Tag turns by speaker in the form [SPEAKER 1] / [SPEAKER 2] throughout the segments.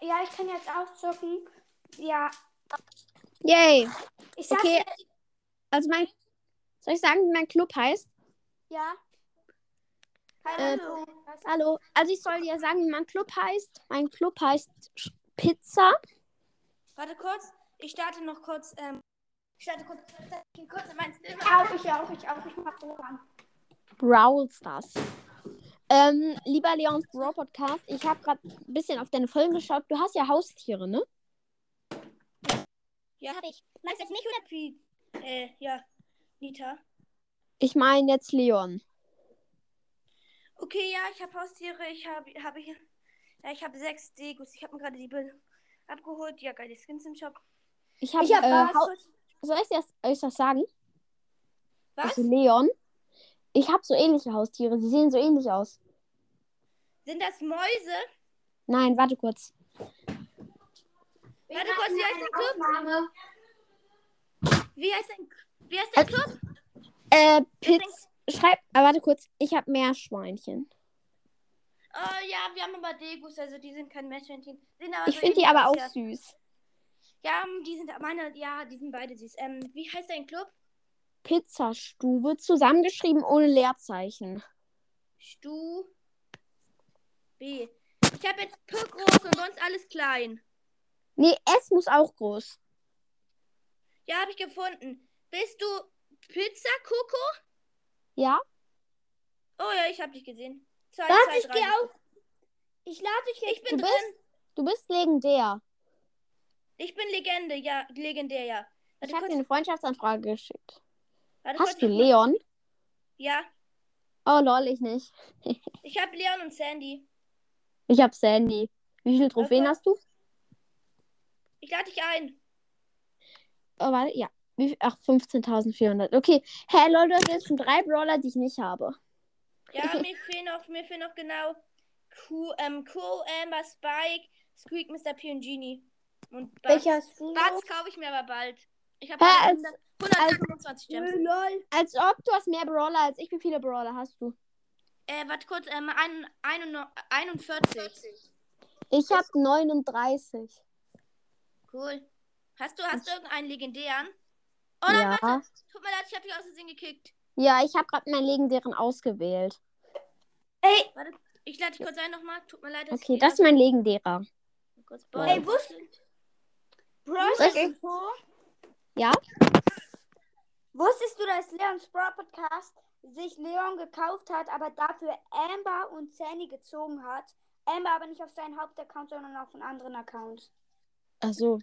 [SPEAKER 1] Ja, ich kann jetzt auszocken. Ja,
[SPEAKER 2] Yay.
[SPEAKER 1] ich sag's
[SPEAKER 2] Okay.
[SPEAKER 1] dir.
[SPEAKER 2] Also mein. Soll ich sagen, wie mein Club heißt?
[SPEAKER 1] Ja.
[SPEAKER 2] Äh,
[SPEAKER 1] Hallo.
[SPEAKER 2] Hallo. Also ich soll dir sagen, wie mein Club heißt. Mein Club heißt Sch- Pizza.
[SPEAKER 3] Warte kurz, ich starte noch kurz. Ähm, ich starte kurz, kurz in mein Silber.
[SPEAKER 1] ich auf, ich auf, ich auf, ich mach so an.
[SPEAKER 2] Brawl Stars. Ähm, lieber Leons Brawl Podcast, ich habe gerade ein bisschen auf deine Folgen geschaut. Du hast ja Haustiere, ne?
[SPEAKER 3] Ja, habe ich. Meinst du jetzt mich oder Pi? Äh, ja, Nita.
[SPEAKER 2] Ich meine jetzt Leon.
[SPEAKER 3] Okay, ja, ich habe Haustiere, ich habe hab ich, ja, ich habe sechs Degus. Ich habe mir gerade die Bilder abgeholt. Ja, geil, die Skins im Shop.
[SPEAKER 2] Ich habe.
[SPEAKER 1] Ich hab
[SPEAKER 2] äh,
[SPEAKER 1] was.
[SPEAKER 2] Hau- soll ich dir das, euch das sagen?
[SPEAKER 3] Was?
[SPEAKER 2] Also Leon. Ich habe so ähnliche Haustiere. Sie sehen so ähnlich aus.
[SPEAKER 3] Sind das Mäuse?
[SPEAKER 2] Nein, warte kurz.
[SPEAKER 3] Warte kurz, wie heißt dein Club? Wie heißt dein, wie heißt dein Club?
[SPEAKER 2] Äh, Piz. Schreib. Ah, warte kurz. Ich habe Meerschweinchen.
[SPEAKER 3] Oh ja, wir haben aber Degus, also die sind kein Matching-Team. Sind aber
[SPEAKER 2] Ich
[SPEAKER 3] so
[SPEAKER 2] finde die
[SPEAKER 3] ähnlich
[SPEAKER 2] aber
[SPEAKER 3] aus,
[SPEAKER 2] auch süß.
[SPEAKER 3] Ja, Ja, ähm, die sind meine, ja, die sind beide süß. Ähm, wie heißt dein Club?
[SPEAKER 2] Pizzastube zusammengeschrieben ohne Leerzeichen.
[SPEAKER 3] Stu. B. Ich habe jetzt P groß und sonst alles klein.
[SPEAKER 2] Nee, es muss auch groß.
[SPEAKER 3] Ja, habe ich gefunden. Bist du Pizza Coco?
[SPEAKER 2] Ja?
[SPEAKER 3] Oh ja, ich habe dich gesehen. Zwei,
[SPEAKER 1] Darf
[SPEAKER 3] zwei,
[SPEAKER 1] ich
[SPEAKER 3] drei.
[SPEAKER 1] dir auch? Ich lade dich jetzt.
[SPEAKER 3] Ich bin
[SPEAKER 2] Du
[SPEAKER 3] drin.
[SPEAKER 2] bist- Du bist legendär.
[SPEAKER 3] Ich bin Legende, ja, legendär, ja.
[SPEAKER 2] Ich
[SPEAKER 3] Warte
[SPEAKER 2] habe
[SPEAKER 3] kurz.
[SPEAKER 2] dir eine Freundschaftsanfrage geschickt.
[SPEAKER 3] Warte kurz.
[SPEAKER 2] Hast du
[SPEAKER 3] ich-
[SPEAKER 2] Leon?
[SPEAKER 3] Ja,
[SPEAKER 2] Oh lol, ich nicht.
[SPEAKER 3] ich habe Leon und Sandy.
[SPEAKER 2] Ich habe Sandy. Wie viele Trophäen
[SPEAKER 3] Okay.
[SPEAKER 2] hast du?
[SPEAKER 3] Ich lade dich ein.
[SPEAKER 2] Oh, warte, ja. Wie viel? Ach, 15.400. Okay. Hey, lol, du hast jetzt schon drei Brawler, die ich nicht habe.
[SPEAKER 3] Ja, mir fehlen noch, mir fehlen noch genau Q, ähm, Crow, Amber, Spike, Squeak, Mr. P und Genie. Und Bugs.
[SPEAKER 1] Welcher ist du?
[SPEAKER 3] Bugs kaufe ich mir aber bald. Ich habe
[SPEAKER 2] Hä, also,
[SPEAKER 3] 100 125 Gems.
[SPEAKER 1] Lol.
[SPEAKER 2] Als ob du hast mehr Brawler als ich. Wie viele Brawler hast du?
[SPEAKER 3] Äh, warte kurz, ähm, ein, ein, 41.
[SPEAKER 2] Ich habe 39.
[SPEAKER 3] Cool. Hast du, hast du irgendeinen legendären? Oh nein,
[SPEAKER 2] Ja.
[SPEAKER 3] warte. Tut mir leid, ich habe dich aus Versehen gekickt.
[SPEAKER 2] Ja, ich habe gerade meinen legendären ausgewählt.
[SPEAKER 1] Ey,
[SPEAKER 3] Ich lade dich kurz ein nochmal. Tut mir leid, dass
[SPEAKER 2] Okay,
[SPEAKER 3] ich
[SPEAKER 2] das ist mein legendärer.
[SPEAKER 3] ist kurz
[SPEAKER 1] ey,
[SPEAKER 3] Ball.
[SPEAKER 1] wusst Bros,
[SPEAKER 2] Okay. Ja?
[SPEAKER 1] wusstest du, dass Leons Brawl Podcast sich Leon gekauft hat, aber dafür Amber und Sandy gezogen hat? Amber aber nicht auf seinen Hauptaccount, sondern auf einen anderen Account.
[SPEAKER 2] Ach so. Also,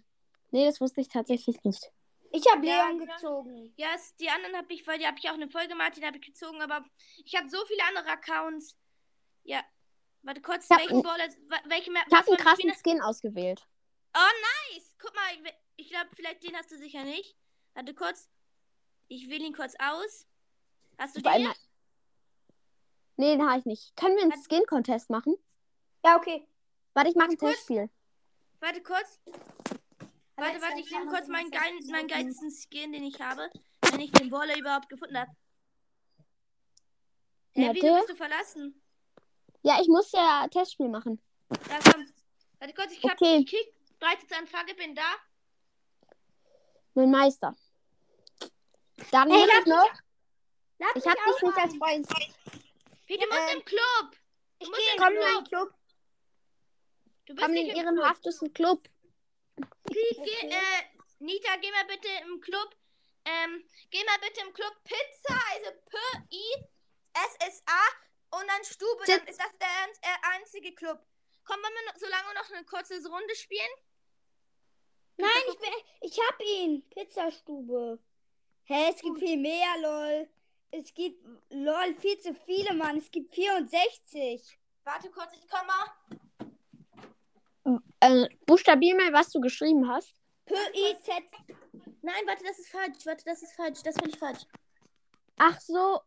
[SPEAKER 2] Nee, das wusste ich tatsächlich nicht.
[SPEAKER 1] Ich habe
[SPEAKER 3] Ja,
[SPEAKER 1] Leon
[SPEAKER 3] genau.
[SPEAKER 1] gezogen.
[SPEAKER 3] Ja, es- die anderen habe ich, weil die habe ich auch eine Folge gemacht, den habe ich gezogen, aber ich habe so viele andere Accounts. Ja. Warte kurz,
[SPEAKER 2] Ich hab
[SPEAKER 3] welchen
[SPEAKER 2] einen-
[SPEAKER 3] Baller, wa- welchen
[SPEAKER 2] Ich habe einen krassen Skin ausgewählt.
[SPEAKER 3] Nice. Guck mal, ich- ich glaube, vielleicht den hast du sicher nicht. Warte kurz. Ich wähle ihn kurz aus. Hast du
[SPEAKER 2] Vor allem-
[SPEAKER 3] den?
[SPEAKER 2] Nee, den habe ich nicht. Können wir einen
[SPEAKER 3] Hat-
[SPEAKER 2] Skin-Contest machen?
[SPEAKER 1] Ja, okay.
[SPEAKER 2] Warte, ich mache ein
[SPEAKER 3] Kurz.
[SPEAKER 2] Testspiel.
[SPEAKER 3] Warte kurz. Warte, warte, ich nehme kurz meinen, geilen, meinen geilsten Skin, den ich habe, wenn ich den Baller überhaupt gefunden habe. Äh, wieso
[SPEAKER 2] Warte.
[SPEAKER 3] bist du verlassen?
[SPEAKER 2] Ja, ich muss ja ein Testspiel machen.
[SPEAKER 3] Da komm. Warte kurz, ich hab
[SPEAKER 2] Okay.
[SPEAKER 3] okay. Kick, Breitigkeitsanfrage, bin da.
[SPEAKER 2] Mein Meister. Dann
[SPEAKER 1] Ey,
[SPEAKER 2] muss
[SPEAKER 1] lass
[SPEAKER 2] ich
[SPEAKER 1] Lass
[SPEAKER 2] noch. Ich habe
[SPEAKER 1] mich
[SPEAKER 2] dich
[SPEAKER 1] auch
[SPEAKER 2] nicht
[SPEAKER 1] an.
[SPEAKER 2] als Freund.
[SPEAKER 3] Wie, du musst
[SPEAKER 1] äh,
[SPEAKER 3] im Club.
[SPEAKER 1] Ich
[SPEAKER 3] musst
[SPEAKER 1] gehe in
[SPEAKER 3] in den
[SPEAKER 1] den
[SPEAKER 3] Club.
[SPEAKER 1] neuen Club.
[SPEAKER 3] Du bist
[SPEAKER 2] Haben den
[SPEAKER 3] nicht im Club.
[SPEAKER 2] ehrenhaftesten Club.
[SPEAKER 3] Piet, geh, äh, Nita, geh mal bitte im Club. Ähm, geh mal bitte im Club Pizza, also P-I-S-S-A und dann Stube. Dann ist das der ein- äh, einzige Club. Komm, wollen wir noch, so lange noch eine kurze Runde spielen?
[SPEAKER 1] Nein, ich, bin, ich hab ihn. Pizzastube. Hä, es gibt viel mehr, lol. Es gibt, lol, viel zu viele, Mann. Es gibt 64.
[SPEAKER 3] Warte kurz, ich komme.
[SPEAKER 2] Äh, buchstabier mal, was du geschrieben hast.
[SPEAKER 1] P-I-Z.
[SPEAKER 3] Nein, warte, das ist falsch. Warte, das ist falsch. Das finde ich falsch.
[SPEAKER 2] Ach so,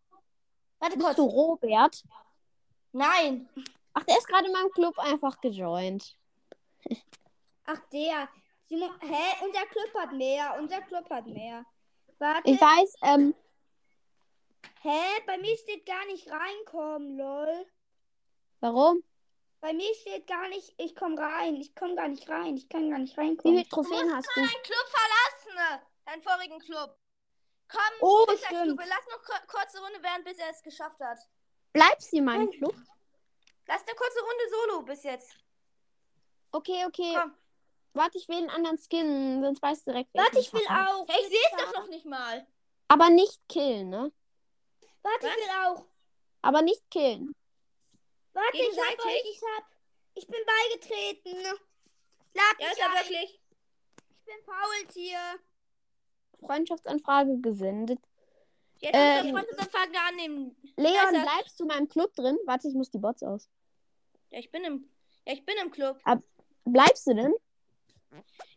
[SPEAKER 3] Warte
[SPEAKER 2] bist du Robert?
[SPEAKER 3] Nein.
[SPEAKER 2] Ach, der ist gerade in meinem Club einfach gejoint.
[SPEAKER 1] Ach, der. Simon, hä, unser Club hat mehr. Unser Club hat mehr. Warte.
[SPEAKER 2] Ich weiß, ähm,
[SPEAKER 1] Hä, bei mir steht gar nicht reinkommen, lol.
[SPEAKER 2] warum?
[SPEAKER 1] Bei mir steht gar nicht, ich komme rein. Ich komme gar nicht rein. Ich kann gar nicht
[SPEAKER 2] Wie
[SPEAKER 1] reinkommen.
[SPEAKER 2] viele Trophäen hast du?
[SPEAKER 3] Dein Club verlassen! Deinen vorigen Club. Komm,
[SPEAKER 1] Oh,
[SPEAKER 3] bis der
[SPEAKER 1] stimmt.
[SPEAKER 3] Club. Lass noch kur- kurze Runde werden, bis er es geschafft hat.
[SPEAKER 2] Bleibst du in meinem Club?
[SPEAKER 3] Lass eine kurze Runde Solo bis jetzt.
[SPEAKER 2] Okay, okay.
[SPEAKER 3] Komm.
[SPEAKER 2] Warte, ich will einen anderen Skin, sonst weißt du direkt.
[SPEAKER 1] Warte,
[SPEAKER 2] welchen
[SPEAKER 1] ich will
[SPEAKER 2] hab.
[SPEAKER 1] auch.
[SPEAKER 3] Hey, ich sehe es doch noch nicht mal.
[SPEAKER 2] Aber nicht killen, ne?
[SPEAKER 1] Warte,
[SPEAKER 3] Was?
[SPEAKER 1] ich will auch.
[SPEAKER 2] Aber nicht killen.
[SPEAKER 1] Warte, ich hab euch.
[SPEAKER 3] Gegenseitig?
[SPEAKER 1] Ich hab. Ich bin beigetreten. Lag
[SPEAKER 3] Ja, ist
[SPEAKER 1] mich
[SPEAKER 3] ja
[SPEAKER 1] ein.
[SPEAKER 3] wirklich.
[SPEAKER 1] Ich bin Faultier.
[SPEAKER 2] Freundschaftsanfrage gesendet.
[SPEAKER 3] Jetzt ähm,
[SPEAKER 2] Ähm.
[SPEAKER 3] muss der Freundesanfrage annehmen.
[SPEAKER 2] Leon,
[SPEAKER 3] Besser.
[SPEAKER 2] bleibst du in meinem Club drin? Warte, ich muss die Bots aus.
[SPEAKER 3] Ja, ich bin im, ja, ich bin im Club.
[SPEAKER 2] Bleibst du denn?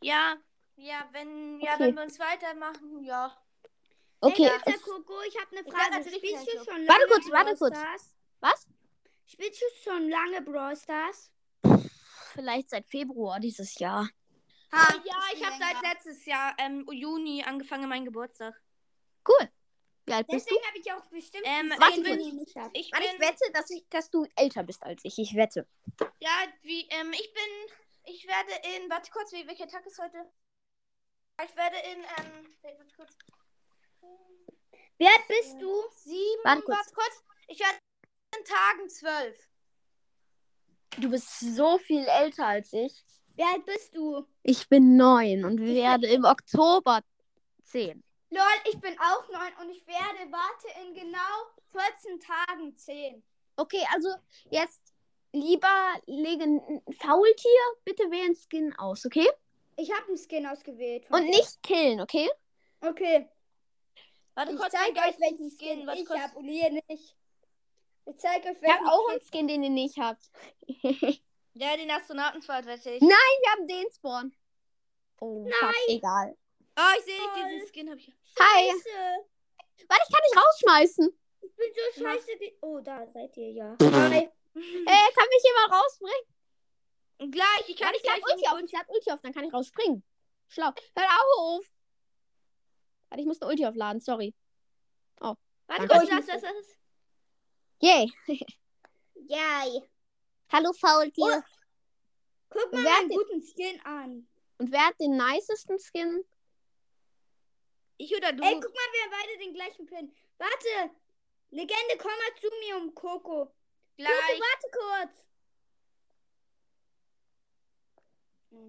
[SPEAKER 3] Ja, ja, wenn, ja,
[SPEAKER 2] Okay.
[SPEAKER 3] wenn wir uns weitermachen, ja.
[SPEAKER 2] Okay.
[SPEAKER 1] Hey, Dr. Koko, ich habe eine
[SPEAKER 3] Ich
[SPEAKER 1] Frage.
[SPEAKER 3] sag natürlich
[SPEAKER 1] Spielst du
[SPEAKER 3] Nintendo.
[SPEAKER 1] schon lange
[SPEAKER 2] Warte kurz,
[SPEAKER 1] Brawl
[SPEAKER 2] warte kurz.
[SPEAKER 1] Stars?
[SPEAKER 2] was?
[SPEAKER 1] Spielst du schon lange Brawl Stars?
[SPEAKER 2] Vielleicht seit Februar dieses Jahr.
[SPEAKER 3] Ah, ja,
[SPEAKER 1] ich
[SPEAKER 3] ich
[SPEAKER 1] bin
[SPEAKER 3] habe seit
[SPEAKER 1] länger.
[SPEAKER 3] letztes Jahr, ähm, Juni, angefangen meinen Geburtstag.
[SPEAKER 2] Cool. Wie alt bist du?
[SPEAKER 1] Deswegen habe ich auch bestimmt
[SPEAKER 3] Ähm,
[SPEAKER 1] die
[SPEAKER 3] warte
[SPEAKER 1] Szene,
[SPEAKER 3] kurz.
[SPEAKER 1] die ich nicht hab.
[SPEAKER 3] Ich
[SPEAKER 2] Warte,
[SPEAKER 3] bin,
[SPEAKER 2] wette, dass, ich, dass du älter bist als ich. Ich wette.
[SPEAKER 3] ja, wie, ähm, ich bin, ich werde in, warte kurz, wie, welcher Tag ist heute? Ich werde in, ähm, warte kurz,
[SPEAKER 1] Wer bist du?
[SPEAKER 3] sieben,
[SPEAKER 2] Warte kurz.
[SPEAKER 3] warte kurz, ich werde in Tagen zwölf.
[SPEAKER 2] Du bist so viel älter als ich.
[SPEAKER 1] Wer bist du?
[SPEAKER 2] Ich bin neun und werde im Oktober zehn.
[SPEAKER 1] Lol, ich bin auch neun und ich werde, warte, in genau 14 Tagen 10.
[SPEAKER 2] Okay, also jetzt lieber legen Faultier, bitte wählen Skin aus, okay?
[SPEAKER 1] Ich habe einen Skin ausgewählt.
[SPEAKER 2] Und nicht killen, okay?
[SPEAKER 1] Okay.
[SPEAKER 3] Warte
[SPEAKER 1] Ich
[SPEAKER 3] kurz,
[SPEAKER 1] zeige
[SPEAKER 3] mein
[SPEAKER 1] euch, welchen
[SPEAKER 3] Skin,
[SPEAKER 1] Skin
[SPEAKER 3] warte
[SPEAKER 1] ich
[SPEAKER 3] kurz.
[SPEAKER 1] habe und ihr nicht. Ich zeige euch,
[SPEAKER 2] Ich
[SPEAKER 1] welchen
[SPEAKER 2] habe auch
[SPEAKER 1] Skin.
[SPEAKER 2] einen Skin, den ihr nicht habt. Wir
[SPEAKER 3] Ja, den Astronautensport, weiß ich.
[SPEAKER 2] Nein. haben den Spawn. Oh, fuck, egal.
[SPEAKER 3] Oh, ich sehe
[SPEAKER 1] Toll.
[SPEAKER 3] nicht, diesen Skin habe ich.
[SPEAKER 2] Hi. Hm.
[SPEAKER 1] Scheiße.
[SPEAKER 2] Warte, ich kann dich rausschmeißen.
[SPEAKER 1] Ich bin so scheiße. ge- Oh, da seid ihr ja.
[SPEAKER 2] Hi. Ey, Äh, kann mich jemand rausbringen?
[SPEAKER 3] Und Gleich, ich kann
[SPEAKER 2] Warte,
[SPEAKER 3] nicht
[SPEAKER 2] ich lade
[SPEAKER 3] gleich in
[SPEAKER 2] Ulti
[SPEAKER 3] die
[SPEAKER 2] auf.
[SPEAKER 3] Ulti.
[SPEAKER 2] Ich lade Ulti auf, dann kann ich rausspringen. Schlau. Hör auf. Warte, ich muss eine Ulti aufladen, sorry.
[SPEAKER 1] Oh,
[SPEAKER 3] Warte
[SPEAKER 2] Danke.
[SPEAKER 3] kurz, lass, lass, lass.
[SPEAKER 2] Yay.
[SPEAKER 1] Yay.
[SPEAKER 2] Hallo, Faultier.
[SPEAKER 1] Guck mal
[SPEAKER 2] Wer hat
[SPEAKER 1] meinen
[SPEAKER 2] den-
[SPEAKER 1] guten Skin an.
[SPEAKER 2] Und wer hat den nicesten Skin?
[SPEAKER 3] Ich oder du?
[SPEAKER 1] Ey, guck mal, wir haben beide den gleichen Pin. Warte. Legende, komm mal zu mir um Coco. Coco,
[SPEAKER 3] gleich.
[SPEAKER 1] warte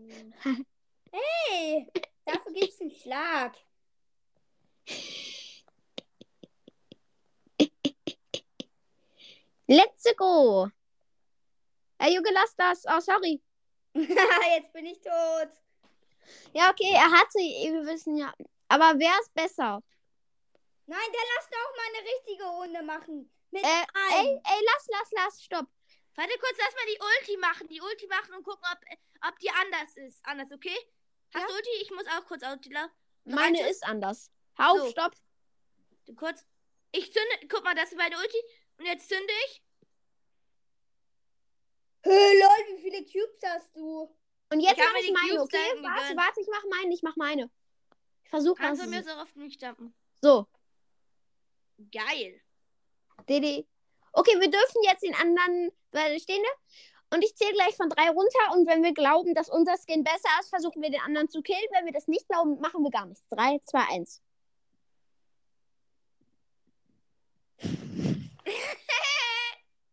[SPEAKER 1] kurz. Hey, dafür gibt's einen Schlag.
[SPEAKER 2] Let's go. Ey, Junge, lass das. Oh, sorry.
[SPEAKER 1] Jetzt bin ich tot.
[SPEAKER 2] Ja, okay, er hatte, wir wissen ja. Aber wer ist besser?
[SPEAKER 1] Nein, dann lass doch mal eine richtige Runde machen. Mit
[SPEAKER 2] Äh, Ey,
[SPEAKER 1] allen.
[SPEAKER 2] ey, lass, lass, lass, stopp.
[SPEAKER 3] Warte kurz, lass mal die Ulti machen. Die Ulti machen und gucken, ob, ob die anders ist. Anders, okay? Hast du Ulti? Ich muss auch kurz Ulti laufen.
[SPEAKER 2] Meine
[SPEAKER 3] Reicht es?
[SPEAKER 2] ist anders. Hau, auf,
[SPEAKER 3] So.
[SPEAKER 2] stopp.
[SPEAKER 3] Kurz. Ich zünde. Guck mal, das ist meine Ulti. Und jetzt zünde ich.
[SPEAKER 1] Hey, Leute, wie viele Cubes hast du?
[SPEAKER 2] Und jetzt
[SPEAKER 3] Ich
[SPEAKER 2] mache
[SPEAKER 3] hab mir
[SPEAKER 2] ich
[SPEAKER 3] die
[SPEAKER 2] meine,
[SPEAKER 3] Cubes
[SPEAKER 2] okay?
[SPEAKER 3] da hinten
[SPEAKER 2] Warte,
[SPEAKER 3] gegönnt.
[SPEAKER 2] warte, ich mache meine, ich mache meine. Ich versuche
[SPEAKER 3] Kannst
[SPEAKER 2] das.
[SPEAKER 3] du mir so oft nicht stampen.
[SPEAKER 2] So,
[SPEAKER 3] Geil.
[SPEAKER 2] DD. Okay, wir dürfen jetzt den anderen, weil stehen wir. Und ich zähle gleich von drei runter. Und wenn wir glauben, dass unser Skin besser ist, versuchen wir den anderen zu killen. Wenn wir das nicht glauben, machen wir gar nichts. Drei, zwei, eins.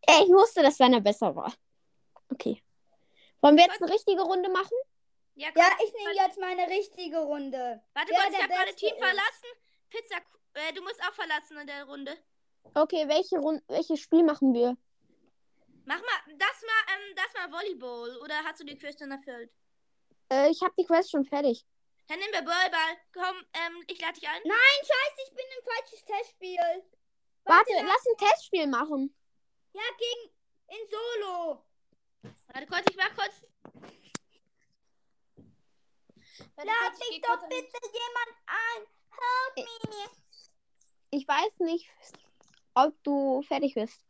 [SPEAKER 2] Ey, ich wusste, dass deiner besser war. Okay. Wollen wir jetzt eine richtige Runde machen?
[SPEAKER 3] Ja, komm,
[SPEAKER 1] Ja, ich nehme jetzt meine richtige Runde.
[SPEAKER 3] Warte
[SPEAKER 1] wer
[SPEAKER 3] kurz, ich
[SPEAKER 1] der
[SPEAKER 3] habe gerade
[SPEAKER 1] Beste
[SPEAKER 3] Team
[SPEAKER 1] ist.
[SPEAKER 3] verlassen. Pizza. Äh, du musst auch verlassen in der Runde.
[SPEAKER 2] Okay, welche Runde, welches Spiel machen wir?
[SPEAKER 3] Mach mal, das mal, ähm, das mal Volleyball. Oder hast du die Question erfüllt?
[SPEAKER 2] Äh, ich habe die Quest schon fertig.
[SPEAKER 3] Dann nehmen wir Volleyball. Komm, ähm, ich lade dich ein.
[SPEAKER 1] Scheiße, ich bin im falsches Testspiel.
[SPEAKER 2] Warte,
[SPEAKER 1] da-
[SPEAKER 2] lass ein Testspiel machen.
[SPEAKER 1] Ja, gegen in Solo.
[SPEAKER 3] Warte kurz, ich mach kurz. Warte
[SPEAKER 1] Lad
[SPEAKER 3] kurz,
[SPEAKER 1] mich
[SPEAKER 3] ich geh kurz
[SPEAKER 1] doch
[SPEAKER 3] an-
[SPEAKER 1] bitte jemand ein.
[SPEAKER 2] Ich weiß nicht, ob du fertig bist.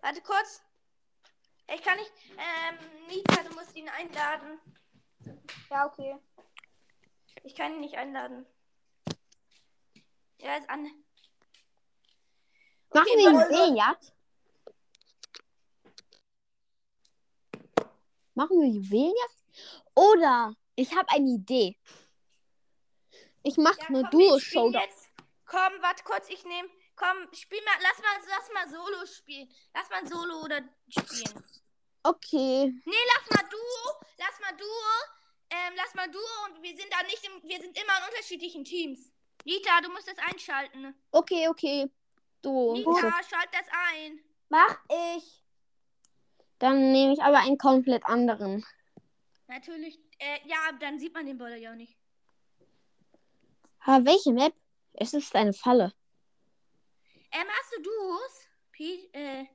[SPEAKER 3] Warte kurz. Ich kann nicht. Ähm, Nika, du musst ihn einladen.
[SPEAKER 1] Ja, okay.
[SPEAKER 3] Ich kann ihn nicht einladen. Er ist an.
[SPEAKER 2] Machen
[SPEAKER 3] Okay,
[SPEAKER 2] wir
[SPEAKER 3] warte.
[SPEAKER 2] eine Seejagd? Machen wir Juwelenjagd? Oder ich habe eine Idee. Ich mache
[SPEAKER 3] Ja,
[SPEAKER 2] eine
[SPEAKER 3] komm, wir spielen
[SPEAKER 2] Duo-Showdown.
[SPEAKER 3] jetzt. Komm, warte kurz, ich nehme. Komm, spiel mal, lass mal, lass mal Solo spielen. Lass mal Solo oder spielen.
[SPEAKER 2] Okay.
[SPEAKER 3] Lass mal Duo, lass mal Duo, ähm, lass mal Duo und wir sind da nicht im, wir sind immer in unterschiedlichen Teams. Nita, du musst das einschalten.
[SPEAKER 2] Okay, okay. Duo.
[SPEAKER 3] Nita, schalt das ein.
[SPEAKER 1] Mach ich.
[SPEAKER 2] Dann nehme ich aber einen komplett anderen.
[SPEAKER 3] Natürlich, äh, ja, dann sieht man den Boller ja auch nicht.
[SPEAKER 2] Aber welche Map? Es ist eine Falle.
[SPEAKER 3] Ähm, hast du Duos? Piet, äh.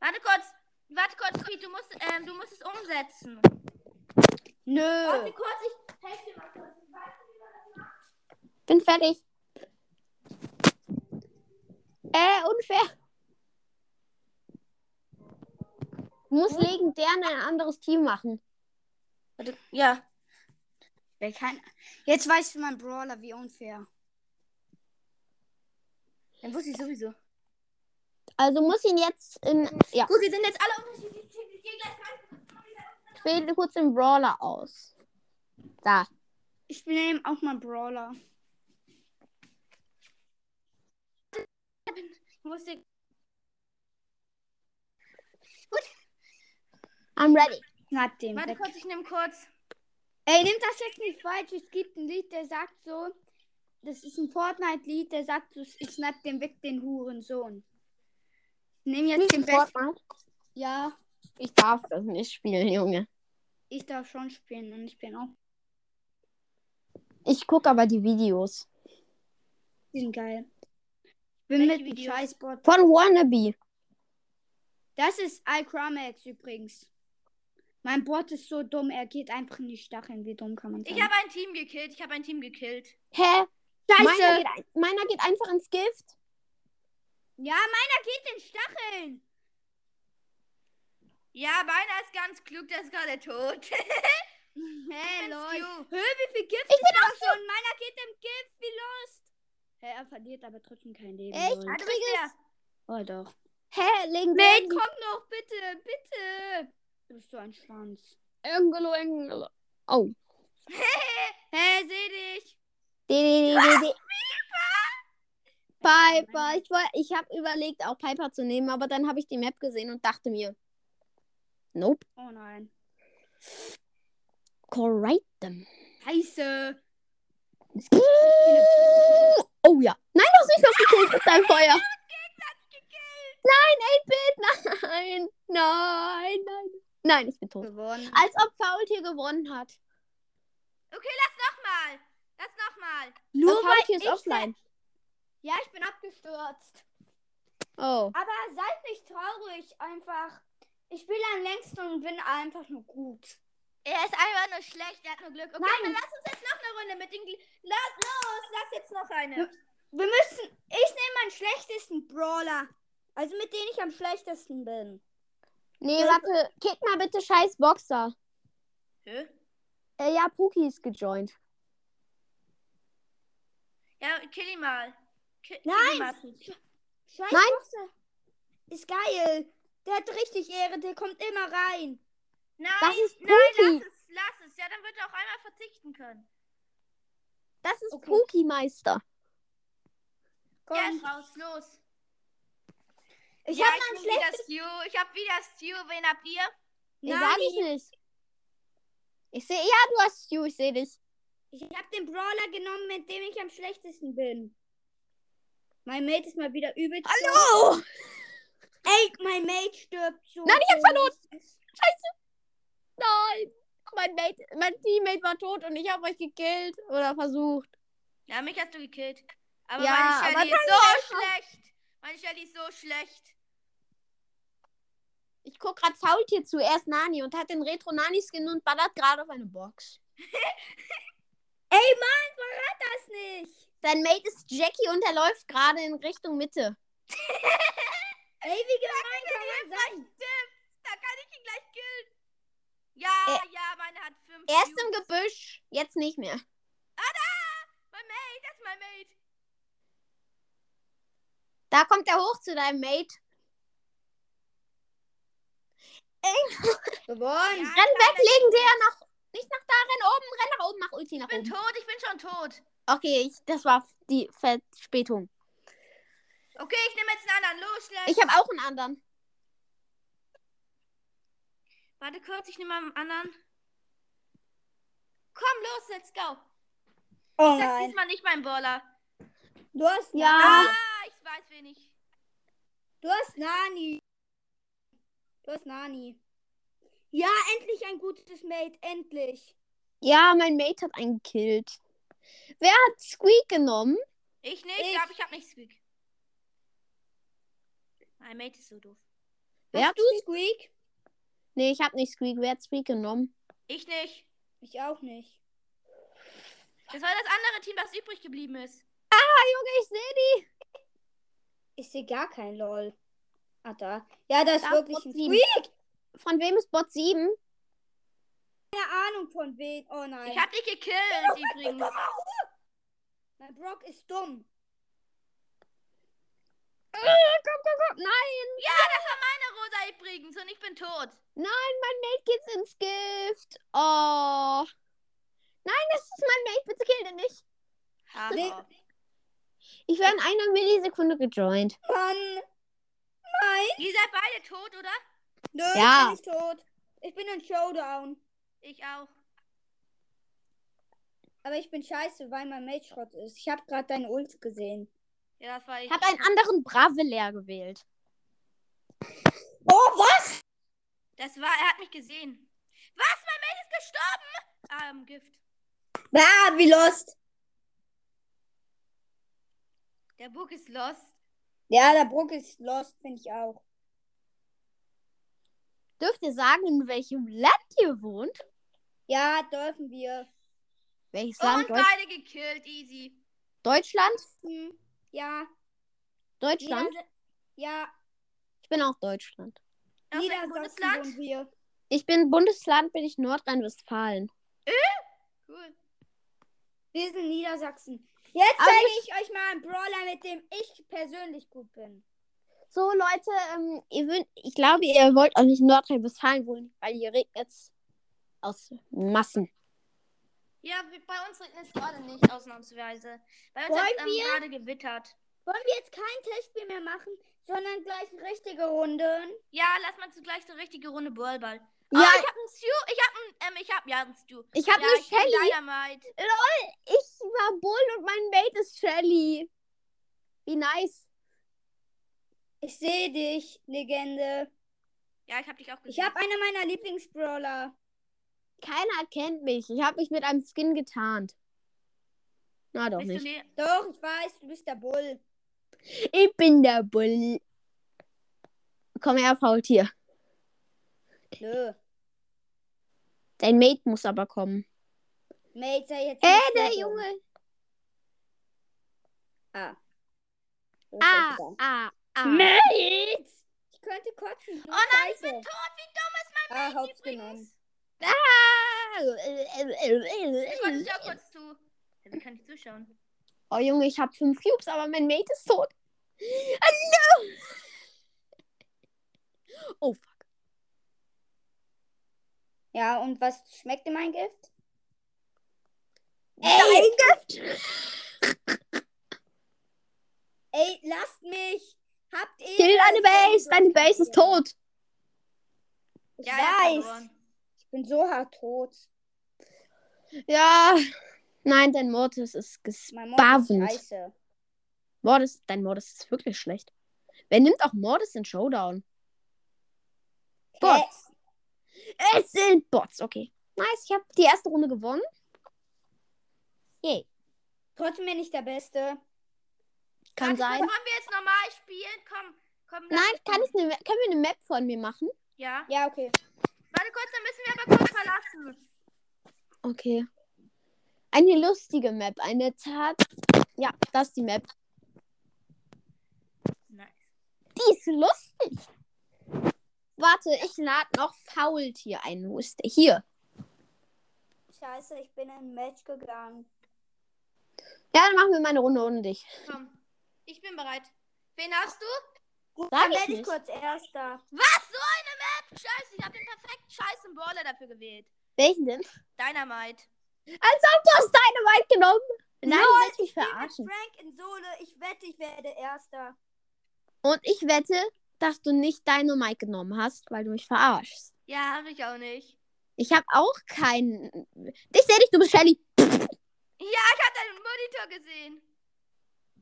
[SPEAKER 3] Warte kurz, warte kurz, Piet, du musst, ähm, du musst es umsetzen. Warte
[SPEAKER 1] Nö.
[SPEAKER 3] kurz, ich helfe dir mal kurz. Warte.
[SPEAKER 2] Bin fertig. Äh, unfair.
[SPEAKER 1] Hm?
[SPEAKER 2] Muss legendär ein anderes Team machen.
[SPEAKER 3] Warte, ja.
[SPEAKER 1] Wer kann- Jetzt weiß ich für meinen Brawler, wie unfair.
[SPEAKER 3] Dann wusste ich sowieso.
[SPEAKER 2] Also muss ihn jetzt in. Ja,
[SPEAKER 3] Gut, wir sind jetzt alle unterschiedlich. Ich geh gleich rein.
[SPEAKER 2] ich wähle kurz den Brawler aus. Da.
[SPEAKER 1] Ich nehme auch meinen Brawler.
[SPEAKER 3] Ich musste.
[SPEAKER 2] I'm ready.
[SPEAKER 1] Schnapp den
[SPEAKER 3] Warte
[SPEAKER 1] weg.
[SPEAKER 3] kurz, ich nehme kurz.
[SPEAKER 1] Ey, nimmt das jetzt nicht falsch. Es gibt ein Lied, der sagt so, das ist ein Fortnite-Lied, der sagt so, ich schnapp den weg, den Hurensohn. Nimm jetzt den besten.
[SPEAKER 2] Fortnite.
[SPEAKER 1] Ja,
[SPEAKER 2] Ich darf das nicht spielen, Junge.
[SPEAKER 1] ich darf schon spielen und ich bin auch.
[SPEAKER 2] Ich gucke aber die Videos.
[SPEAKER 1] Die sind geil. Ich bin
[SPEAKER 3] Welche
[SPEAKER 1] mit dem
[SPEAKER 3] Videos?
[SPEAKER 1] Scheißbot.
[SPEAKER 2] Von Wannabe.
[SPEAKER 1] Das ist Alcromax übrigens. Mein Bot ist so dumm, er geht einfach in die Stacheln. Wie dumm kann man sein?
[SPEAKER 3] Ich habe ein Team gekillt. Ich habe ein Team gekillt.
[SPEAKER 2] Hä? Meiner
[SPEAKER 1] Scheiße!
[SPEAKER 2] geht, ein- meiner geht einfach ins Gift.
[SPEAKER 1] Ja, meiner geht in Stacheln!
[SPEAKER 3] Ja, meiner ist ganz klug, der ist gerade tot.
[SPEAKER 1] Hey, Leute.
[SPEAKER 3] Stu.
[SPEAKER 1] Hä, wie viel Gift ich bin auch schon? Meiner geht im Gift, wie lost. Hä, er verliert aber trotzdem kein Leben.
[SPEAKER 2] Echt?
[SPEAKER 1] lol.
[SPEAKER 3] Ah, du bist der.
[SPEAKER 1] Oh doch.
[SPEAKER 2] Hä, legendär.
[SPEAKER 1] Mate, komm noch, bitte, bitte. Du bist so ein Schwanz.
[SPEAKER 2] Irgendwo, irgendwo. Oh.
[SPEAKER 1] Hä, seh dich.
[SPEAKER 2] Die, die, die, die, die. Piper. Ich, woll- ich habe überlegt, auch Piper zu nehmen, aber dann habe ich die Map gesehen und dachte mir, nope,
[SPEAKER 1] Oh nein.
[SPEAKER 2] correct them.
[SPEAKER 1] Scheiße.
[SPEAKER 2] Oh ja. Nein, du hast mich noch gekillt mit deinem Feuer. Nein, 8-Bit, nein. Nein, nein. Nein, ich bin tot.
[SPEAKER 1] Gewonnen.
[SPEAKER 2] Als ob Faultier gewonnen hat.
[SPEAKER 3] Nochmal. Das nochmal.
[SPEAKER 2] Nur Faultier ist offline.
[SPEAKER 1] Ja, ich bin Also- abgestürzt.
[SPEAKER 2] Oh.
[SPEAKER 1] Aber seid nicht traurig, einfach. Ich spiele am längsten und bin einfach nur gut.
[SPEAKER 3] Er ist einfach nur schlecht, er hat nur Glück. Okay,
[SPEAKER 1] Nein.
[SPEAKER 3] dann lass uns jetzt noch eine Runde mit den. Gl- Lass los, lass jetzt noch eine.
[SPEAKER 1] Wir müssen. Ich nehme meinen schlechtesten Brawler. Also mit dem ich am schlechtesten bin.
[SPEAKER 2] Nee, warte. Kick mal bitte scheiß Boxer.
[SPEAKER 3] Hä?
[SPEAKER 2] Äh, ja, Puki ist gejoint.
[SPEAKER 3] Ja, kill ihn mal. Ki- kill
[SPEAKER 1] Nein.
[SPEAKER 3] ihn mal, Pete.
[SPEAKER 1] Scheiß
[SPEAKER 2] Nein.
[SPEAKER 1] Boxer. Ist geil. Der hat richtig Ehre, der kommt immer rein.
[SPEAKER 3] Nein,
[SPEAKER 2] Das ist
[SPEAKER 3] nein,
[SPEAKER 2] Puki.
[SPEAKER 3] lass es, lass es. Ja, dann wird er auch einmal verzichten können.
[SPEAKER 2] Das ist
[SPEAKER 1] Okay.
[SPEAKER 2] Pokimeister.
[SPEAKER 1] Komm.
[SPEAKER 3] Er ist raus, los.
[SPEAKER 1] ich
[SPEAKER 3] ja,
[SPEAKER 1] hab
[SPEAKER 3] ich
[SPEAKER 1] meinen
[SPEAKER 3] bin wieder
[SPEAKER 1] schlechtesten.
[SPEAKER 3] Stu. Ich hab wieder Stu. Wen habt ihr?
[SPEAKER 2] Den sag ich nicht. Ich sehe, ja, du hast Stu, ich sehe dich.
[SPEAKER 1] Ich habe den Brawler genommen, mit dem ich am schlechtesten bin. Mein Mate ist mal wieder übel.
[SPEAKER 2] Hallo!
[SPEAKER 1] Ey, mein Mate stirbt so.
[SPEAKER 2] Nein, ich hab's
[SPEAKER 1] verloren.
[SPEAKER 2] Nein! Oh, Mein, Mate, mein Teammate war tot und ich habe euch gekillt oder versucht.
[SPEAKER 3] Ja, mich hast du gekillt. Aber
[SPEAKER 2] Ja,
[SPEAKER 3] meine Shelly
[SPEAKER 2] aber
[SPEAKER 3] ist so schlecht. Meine Shelly ist so schlecht.
[SPEAKER 2] Ich guck gerade Faultier zu, er ist Nani und hat den Retro-Nani-Skin und ballert gerade auf eine Box.
[SPEAKER 1] Ey, Mann, verrat das nicht.
[SPEAKER 2] Sein Mate ist Jackie und er läuft gerade in Richtung Mitte.
[SPEAKER 1] Ey, wie gemein kann man sein?
[SPEAKER 3] Da kann ich ihn gleich killen. Ja, ja, meine hat fünf.
[SPEAKER 2] Er ist im
[SPEAKER 3] Cubes.
[SPEAKER 2] Gebüsch, jetzt nicht mehr.
[SPEAKER 3] Mein Mate, das ist mein Mate.
[SPEAKER 2] Da kommt er hoch zu deinem Mate.
[SPEAKER 1] Gewonnen.
[SPEAKER 2] Renn weg, legendär nach. Nicht nach da, renn oben, renn nach oben, mach Ulti nach
[SPEAKER 3] Ich bin
[SPEAKER 2] oben.
[SPEAKER 3] tot, ich bin schon tot.
[SPEAKER 2] Okay, ich, das war die Verspätung.
[SPEAKER 3] Okay, ich nehme jetzt einen anderen. Los, schnell.
[SPEAKER 2] Ich habe auch einen anderen.
[SPEAKER 3] Warte kurz, ich nehme mal einen anderen. Komm, los, let's go.
[SPEAKER 1] Oh
[SPEAKER 3] Ich sag
[SPEAKER 1] nein.
[SPEAKER 3] diesmal nicht mein Baller.
[SPEAKER 1] Du hast
[SPEAKER 2] Ja.
[SPEAKER 1] Nani.
[SPEAKER 3] Ah, ich weiß wenig.
[SPEAKER 1] Du hast Nani. Du hast Nani. Ja, endlich ein gutes Mate. Endlich.
[SPEAKER 2] Ja, mein Mate hat einen gekillt. Wer hat Squeak genommen?
[SPEAKER 3] Ich nicht,
[SPEAKER 1] Ich.
[SPEAKER 3] aber ich habe nicht Squeak. Mein Mate ist so doof.
[SPEAKER 2] Wer hat
[SPEAKER 1] hast du
[SPEAKER 2] Squeak?
[SPEAKER 1] Squeak?
[SPEAKER 2] Nee, ich habe nicht Squeak. Wer hat Squeak genommen?
[SPEAKER 3] Ich nicht.
[SPEAKER 1] Ich auch nicht.
[SPEAKER 3] Das war das andere Team, das übrig geblieben ist.
[SPEAKER 2] Junge, ich sehe die.
[SPEAKER 1] Ich sehe gar kein LOL. Ah, da. Ja, das ist
[SPEAKER 2] Da
[SPEAKER 1] wirklich
[SPEAKER 2] ist
[SPEAKER 1] ein
[SPEAKER 2] Bot
[SPEAKER 1] Squeak.
[SPEAKER 2] Von wem ist Bot 7?
[SPEAKER 1] Keine Ahnung von wem. Oh nein.
[SPEAKER 3] Ich hab dich gekillt übrigens.
[SPEAKER 1] mein Brock ist dumm.
[SPEAKER 2] Nein,
[SPEAKER 3] Meine Rosa übrigens und ich bin tot.
[SPEAKER 2] mein Mate geht's ins Gift. Oh. Nein, das ist mein Mate. Bitte kill den nicht.
[SPEAKER 3] Haha.
[SPEAKER 1] Nee.
[SPEAKER 2] Ich werde in einer Millisekunde gejoint.
[SPEAKER 1] Mann. Nein.
[SPEAKER 3] Ihr seid beide tot, oder?
[SPEAKER 1] Nö,
[SPEAKER 2] Ja.
[SPEAKER 1] ich bin nicht tot. Ich bin in Showdown.
[SPEAKER 3] Ich auch.
[SPEAKER 1] Aber ich bin scheiße, weil mein Mate Schrott ist. Ich habe gerade deine Ult gesehen.
[SPEAKER 3] Ja, das war ich.
[SPEAKER 2] Ich habe einen anderen Brave leer gewählt.
[SPEAKER 1] Oh, was?
[SPEAKER 3] Das war, er hat mich gesehen. Was? Mein Mate ist gestorben? Ah, im Gift.
[SPEAKER 1] Ah, wie lost.
[SPEAKER 3] Der Bug ist lost.
[SPEAKER 1] Ja, der Brock ist lost, finde ich auch.
[SPEAKER 2] Dürft ihr sagen, in welchem Land ihr wohnt?
[SPEAKER 1] Ja, dürfen wir.
[SPEAKER 2] Welches
[SPEAKER 3] Und
[SPEAKER 2] Land? Deutsch
[SPEAKER 3] beide gekillt, easy.
[SPEAKER 2] Deutschland?
[SPEAKER 1] Hm, ja.
[SPEAKER 2] Deutschland?
[SPEAKER 1] Niedersa- Ja,
[SPEAKER 2] Ich bin auch Deutschland.
[SPEAKER 3] Aus welchem
[SPEAKER 1] Niedersachsen
[SPEAKER 3] Bundesland?
[SPEAKER 1] wohnen wir.
[SPEAKER 2] Ich bin Bundesland, bin ich Nordrhein-Westfalen.
[SPEAKER 3] Cool.
[SPEAKER 1] Wir sind Niedersachsen. Jetzt
[SPEAKER 2] Aber
[SPEAKER 1] zeige ich euch mal einen Brawler, mit dem ich persönlich gut bin.
[SPEAKER 2] So, Leute, ähm, ihr wün- ich glaube, ihr wollt auch nicht in Nordrhein-Westfalen wohnen, weil hier regnet es aus Massen.
[SPEAKER 3] Ja, wir- bei uns regnet es gerade nicht, ausnahmsweise. Bei uns
[SPEAKER 1] Wollen
[SPEAKER 3] hat es ähm, gerade gewittert.
[SPEAKER 1] Wollen wir jetzt kein Testspiel mehr machen, sondern gleich eine richtige Runde?
[SPEAKER 3] Ja, lass mal zugleich eine richtige Runde Ballball.
[SPEAKER 2] Ja,
[SPEAKER 3] oh, ich hab einen Stu. Ich hab einen, ähm, ich hab ja einen Stu.
[SPEAKER 2] ich habe
[SPEAKER 3] ja,
[SPEAKER 2] eine
[SPEAKER 3] ich bin
[SPEAKER 2] Shelly.
[SPEAKER 3] Dynamite.
[SPEAKER 2] Ich war Bull und mein Mate ist Shelly. Wie nice.
[SPEAKER 1] Ich sehe dich, Legende.
[SPEAKER 3] Ja, ich hab dich auch
[SPEAKER 1] Ich habe einen meiner Lieblingsbrawler.
[SPEAKER 2] Keiner erkennt mich. Ich habe mich mit einem Skin getarnt. Na doch
[SPEAKER 3] Bist du
[SPEAKER 2] nicht.
[SPEAKER 3] ne
[SPEAKER 1] Doch, ich weiß, du bist der Bull.
[SPEAKER 2] Ich bin der Bull. Komm her, Faultier.
[SPEAKER 1] Nö.
[SPEAKER 2] Dein Mate muss aber kommen.
[SPEAKER 1] Mate, sei jetzt.
[SPEAKER 2] Äh,
[SPEAKER 1] nicht so
[SPEAKER 2] der
[SPEAKER 1] dumm.
[SPEAKER 2] Junge.
[SPEAKER 1] Ah. Oh,
[SPEAKER 2] Ah,
[SPEAKER 1] scheiße.
[SPEAKER 2] ah, ah.
[SPEAKER 1] Mate! Ich könnte kotzen. Oh nein, ich bin tot. Wie dumm ist mein Ah, Haupts genommen.
[SPEAKER 3] übrigens? Ich konnte
[SPEAKER 2] ah.
[SPEAKER 3] dich auch kurz zu. Ja, wie kann ich zuschauen?
[SPEAKER 2] Oh Junge, ich habe fünf Cubes, aber mein Mate ist tot. Hallo! Oh, fuck.
[SPEAKER 1] Ja, und was schmeckt in mein Gift?
[SPEAKER 2] Ey,
[SPEAKER 1] Ey, lasst mich! Habt ihr.
[SPEAKER 2] kill deine Base! Deine Base ist tot!
[SPEAKER 1] Ich
[SPEAKER 3] Ja, er hat
[SPEAKER 1] weiß.
[SPEAKER 3] verloren.
[SPEAKER 1] Ich bin so hart tot.
[SPEAKER 2] Ja. Nein, dein Mortis ist
[SPEAKER 1] Mein Mord ist
[SPEAKER 2] gespavend.
[SPEAKER 1] scheiße.
[SPEAKER 2] Mortis, dein Mortis ist wirklich schlecht. Wer nimmt auch Mortis in Showdown?
[SPEAKER 1] Hä?
[SPEAKER 2] Bots. Es sind Bots, okay. Nice, ich habe die erste Runde gewonnen. Yay.
[SPEAKER 1] Trotzdem bin ich der Beste.
[SPEAKER 2] Kann
[SPEAKER 3] Warte kurz,
[SPEAKER 2] sein.
[SPEAKER 3] Wollen wir jetzt normal spielen? Komm, komm. lass
[SPEAKER 2] Nein,
[SPEAKER 3] uns-
[SPEAKER 2] kann ich eine, Ma- können wir eine Map von mir machen?
[SPEAKER 3] Ja.
[SPEAKER 1] Ja, okay.
[SPEAKER 3] Warte kurz, dann müssen wir aber kurz verlassen.
[SPEAKER 2] Okay. Eine lustige Map, eine Tat. Ja, das ist die Map.
[SPEAKER 3] Nice.
[SPEAKER 2] Die ist lustig. Warte, ich lade noch Faultier ein. Wo ist der? Hier.
[SPEAKER 1] Scheiße, ich bin in ein Match gegangen.
[SPEAKER 2] Ja, dann machen wir mal eine Runde ohne dich.
[SPEAKER 3] Komm. Ich bin bereit. Wen hast du?
[SPEAKER 2] Sag
[SPEAKER 1] Dann
[SPEAKER 2] ich
[SPEAKER 1] werde ich
[SPEAKER 2] nicht.
[SPEAKER 1] kurz Erster.
[SPEAKER 3] Was? So eine Map? Scheiße, ich habe den perfekten scheißen Brawler dafür gewählt.
[SPEAKER 2] Welchen denn?
[SPEAKER 3] Dynamite.
[SPEAKER 2] Du hast deine Wald genommen. Nein,
[SPEAKER 1] Lol,
[SPEAKER 2] du willst mich
[SPEAKER 1] Ich bin mit
[SPEAKER 2] verarschen.
[SPEAKER 1] Frank in Solo. Ich wette, ich werde Erster.
[SPEAKER 2] Und ich wette, dass du nicht deine Mike genommen hast, weil du mich verarschst.
[SPEAKER 3] Ja, hab ich auch nicht.
[SPEAKER 2] Ich habe auch keinen. Ich sehe dich, du bist Shelly.
[SPEAKER 3] Ja, ich habe deinen Monitor gesehen.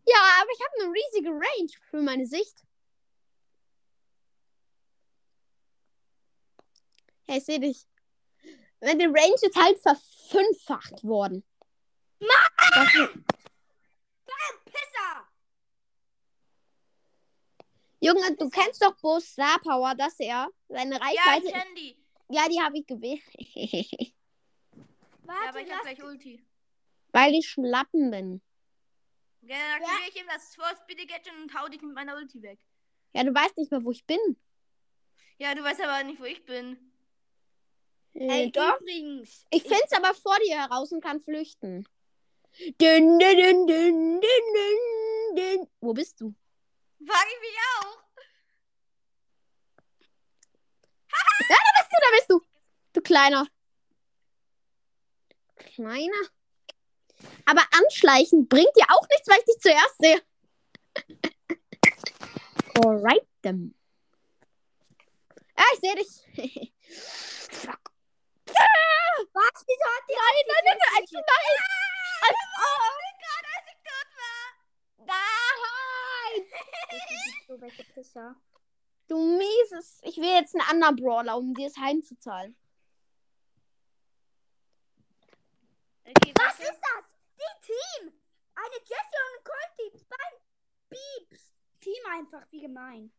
[SPEAKER 2] Ja, aber ich habe eine riesige Range für meine Sicht. Hey, ich sehe dich. Meine Range ist halt verfünffacht worden. Das-
[SPEAKER 1] Pisser!
[SPEAKER 2] Junge, du kennst doch Bo Star Power, dass er seine
[SPEAKER 3] Ja, ich
[SPEAKER 2] Reichweite.
[SPEAKER 3] kenn die.
[SPEAKER 2] Ja, die habe ich gewählt.
[SPEAKER 3] Ja,
[SPEAKER 1] Warte,
[SPEAKER 3] aber ich hab gleich Ulti.
[SPEAKER 2] Weil ich schlappen bin.
[SPEAKER 3] Ja, dann aktiviere ich eben das Force Speedy Gadget und hau dich mit meiner Ulti weg.
[SPEAKER 2] Ja, du weißt nicht mehr, wo ich bin.
[SPEAKER 3] Ja, du weißt aber nicht, wo ich bin.
[SPEAKER 2] Äh,
[SPEAKER 1] Ey,
[SPEAKER 2] doch.
[SPEAKER 1] übrigens.
[SPEAKER 2] Ich find's aber vor dir heraus und kann flüchten. Dün, dün, dün, dün, dün, dün, dün. Wo bist du?
[SPEAKER 3] Frag ich mich auch.
[SPEAKER 2] Ja, da bist du. Du kleiner. Kleiner. Aber anschleichen bringt dir auch nichts, weil ich dich zuerst sehe. Alright then. Ah, ich sehe dich. Fuck.
[SPEAKER 1] Was? Wieso hat die
[SPEAKER 2] Nein, nein, nein, nein, nein. Als ob. Nein.
[SPEAKER 1] so welche Pisser?
[SPEAKER 2] Du mieses. Ich will jetzt einen anderen Brawler, um dir es heimzuzahlen.
[SPEAKER 3] Okay,
[SPEAKER 1] Was
[SPEAKER 3] warte.
[SPEAKER 1] ist das? Die Team! Eine Jessie und ein Colt, die zwei Beeps. Team einfach, wie gemein.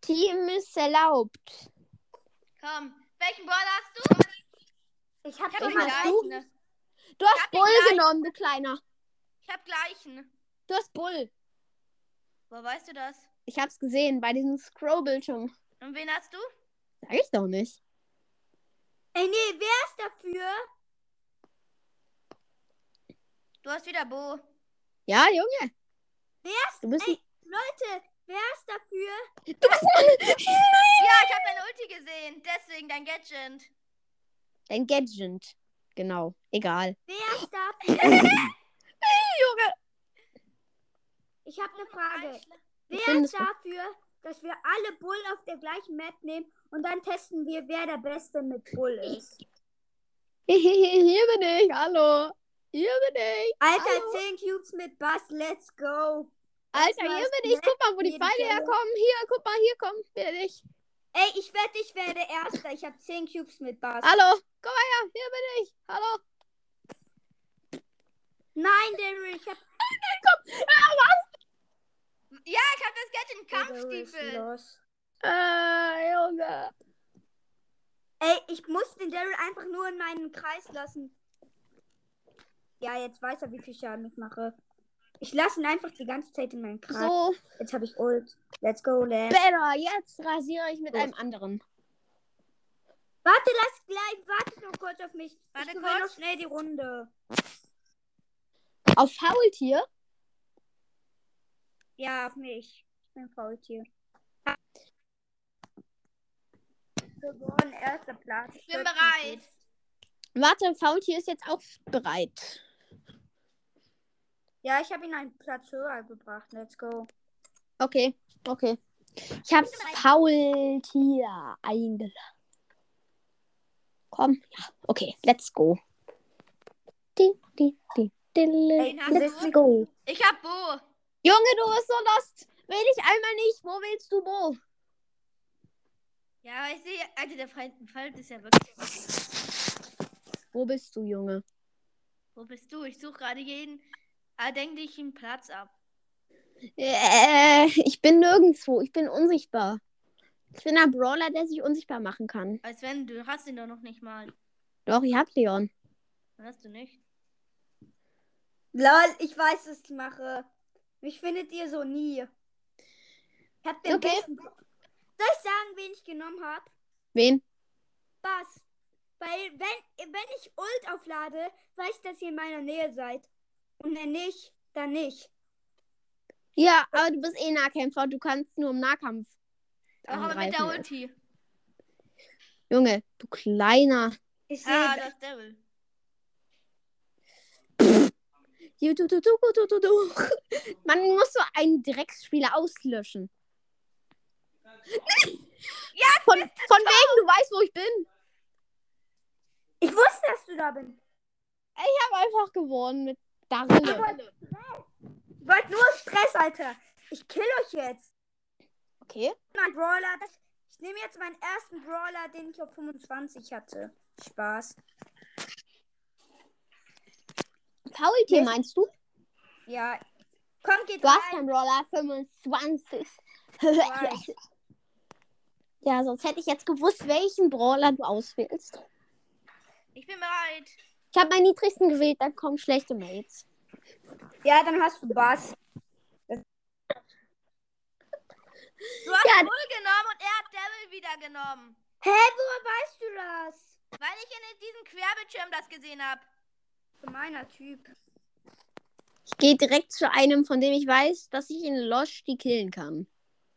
[SPEAKER 2] Team ist erlaubt.
[SPEAKER 3] Komm. Welchen Ball hast du?
[SPEAKER 1] Ich hab
[SPEAKER 3] Ich hab
[SPEAKER 1] doch
[SPEAKER 3] den
[SPEAKER 1] mal
[SPEAKER 2] gleichen.
[SPEAKER 1] du.
[SPEAKER 3] gleichen.
[SPEAKER 2] Du hast
[SPEAKER 3] hab den
[SPEAKER 2] Bull
[SPEAKER 3] gleichen.
[SPEAKER 2] genommen, du Kleiner.
[SPEAKER 3] Ich hab gleichen.
[SPEAKER 2] Du hast Bull.
[SPEAKER 3] Wo weißt du das?
[SPEAKER 2] Ich hab's gesehen bei diesem Scroll-Bildschirm.
[SPEAKER 3] Und wen hast du?
[SPEAKER 2] Sag ich doch nicht.
[SPEAKER 1] Ey, nee, wer ist dafür?
[SPEAKER 3] Du hast wieder Bo.
[SPEAKER 2] Ja, Junge.
[SPEAKER 1] Wer ist,
[SPEAKER 2] Du bist.
[SPEAKER 1] Ey. Leute, wer ist dafür?
[SPEAKER 2] Du bist
[SPEAKER 3] Ja, ich habe deine Ulti gesehen. Deswegen dein Gadget.
[SPEAKER 2] Dein Gadget. Genau. Egal.
[SPEAKER 1] Wer ist dafür?
[SPEAKER 2] Junge.
[SPEAKER 1] Ich hab eine Frage. Wer
[SPEAKER 2] findest
[SPEAKER 1] ist
[SPEAKER 2] du?
[SPEAKER 1] dafür, dass wir alle Bull auf der gleichen Map nehmen und dann testen wir, wer der Beste mit Bull ist?
[SPEAKER 2] Hier bin ich. Hallo. Hier bin ich. Hallo.
[SPEAKER 1] Alter, 10 Cubes mit Bass, let's go.
[SPEAKER 2] Alter,
[SPEAKER 1] mal
[SPEAKER 2] hier
[SPEAKER 1] ist
[SPEAKER 2] bin ich.
[SPEAKER 1] nett,
[SPEAKER 2] Guck mal, wo die
[SPEAKER 1] jeden
[SPEAKER 2] Pfeile
[SPEAKER 1] Keller.
[SPEAKER 2] herkommen. Hier, guck mal, hier kommen. Hier bin ich.
[SPEAKER 1] Ey, ich wette, ich werde Erster. Ich hab 10 Cubes mit Bass.
[SPEAKER 2] Hallo. Komm mal her. Hier bin ich. Hallo.
[SPEAKER 1] Nein, Daryl, ich hab
[SPEAKER 3] Ja, ich habe das Gadget Kampfstiefel.
[SPEAKER 2] Äh, Junge.
[SPEAKER 1] Ey, ich muss den Daryl einfach nur in meinen Kreis lassen. Ja, jetzt weiß er, wie viel Schaden ich mache. Ich lasse ihn einfach die ganze Zeit in meinen Kreis.
[SPEAKER 2] So,
[SPEAKER 1] Jetzt habe ich Ult. Let's go, Lamb.
[SPEAKER 2] better. Jetzt rasiere ich mit
[SPEAKER 1] Gut.
[SPEAKER 2] einem anderen.
[SPEAKER 1] Warte, lass gleich. Warte noch kurz auf mich.
[SPEAKER 3] Warte
[SPEAKER 1] ich gewinne
[SPEAKER 3] kurz.
[SPEAKER 1] noch schnell die Runde.
[SPEAKER 2] Auf Faultier.
[SPEAKER 1] Ja, auf mich. Ich bin Faultier. Gewonnen, erster Platz.
[SPEAKER 3] Ich bin bereit.
[SPEAKER 2] Warte, Faultier ist jetzt auch bereit.
[SPEAKER 1] Ja, ich habe ihn einen Platz höher gebracht. Let's go.
[SPEAKER 2] Okay, okay. Ich habe Faultier eingeladen. Komm, ja, okay, let's go. Di, di, di, di,
[SPEAKER 1] Ey,
[SPEAKER 3] hast
[SPEAKER 2] let's
[SPEAKER 3] du?
[SPEAKER 2] go.
[SPEAKER 3] Ich hab Bo.
[SPEAKER 2] Junge, du bist so lost. Will ich einmal nicht. Wo willst du wo?
[SPEAKER 3] Ja, aber ich sehe, Alter, der Feind Feind ist ja wirklich.
[SPEAKER 2] Wo bist du, Junge?
[SPEAKER 3] Wo bist du? Ich suche gerade jeden erdenklichen Platz ab.
[SPEAKER 2] Äh, ich bin nirgendwo. Ich bin unsichtbar. Ich bin ein Brawler, der sich unsichtbar machen kann.
[SPEAKER 3] Als wenn du hast ihn doch noch nicht mal.
[SPEAKER 2] Doch, ich hab Leon.
[SPEAKER 3] Hast du nicht?
[SPEAKER 1] Lol, ich weiß, was ich mache. Mich findet ihr so nie. Ich hab den
[SPEAKER 2] Okay.
[SPEAKER 1] besten. Soll ich sagen, wen ich genommen habe?
[SPEAKER 2] Wen?
[SPEAKER 1] Bass. Weil, wenn, wenn ich Ult auflade, weiß ich, dass ihr in meiner Nähe seid. Und wenn nicht, dann nicht.
[SPEAKER 2] Ja, aber du bist eh Nahkämpfer. Du kannst nur im Nahkampf.
[SPEAKER 3] Auch aber mit der
[SPEAKER 2] angreifen.
[SPEAKER 3] Ulti.
[SPEAKER 2] Junge, du kleiner.
[SPEAKER 1] Ich sehe.
[SPEAKER 3] Ah, das Devil.
[SPEAKER 2] Du, du, du, du, du, du, du. Man muss so einen Drecksspieler auslöschen. Ja, von, von wegen, du weißt, wo ich bin.
[SPEAKER 1] ich wusste, dass du da bist.
[SPEAKER 2] Ich habe einfach gewonnen mit Darille.
[SPEAKER 1] Ich wollte nur Stress, Alter. Ich kill euch jetzt.
[SPEAKER 2] Okay.
[SPEAKER 1] Mein Brawler. Ich nehme jetzt meinen ersten Brawler, den ich auf 25 hatte. Spaß.
[SPEAKER 2] Faultier meinst du?
[SPEAKER 1] Ja. Komm, geht
[SPEAKER 2] Du hast
[SPEAKER 1] rein.
[SPEAKER 2] keinen Roller 25.
[SPEAKER 1] weiß.
[SPEAKER 2] ja, sonst hätte ich jetzt gewusst, welchen Brawler du auswählst.
[SPEAKER 3] Ich bin bereit.
[SPEAKER 2] Ich habe meinen niedrigsten gewählt, dann kommen schlechte Mates.
[SPEAKER 1] Ja, dann hast du Bass.
[SPEAKER 3] Du hast
[SPEAKER 2] Ja.
[SPEAKER 3] Bull genommen und er hat Devil wieder genommen.
[SPEAKER 1] Hä, woher weißt du das?
[SPEAKER 3] Weil ich in diesem Querbildschirm das gesehen habe.
[SPEAKER 1] Gemeiner Typ.
[SPEAKER 2] Ich gehe direkt zu einem, von dem ich weiß, dass ich in Losch die killen kann.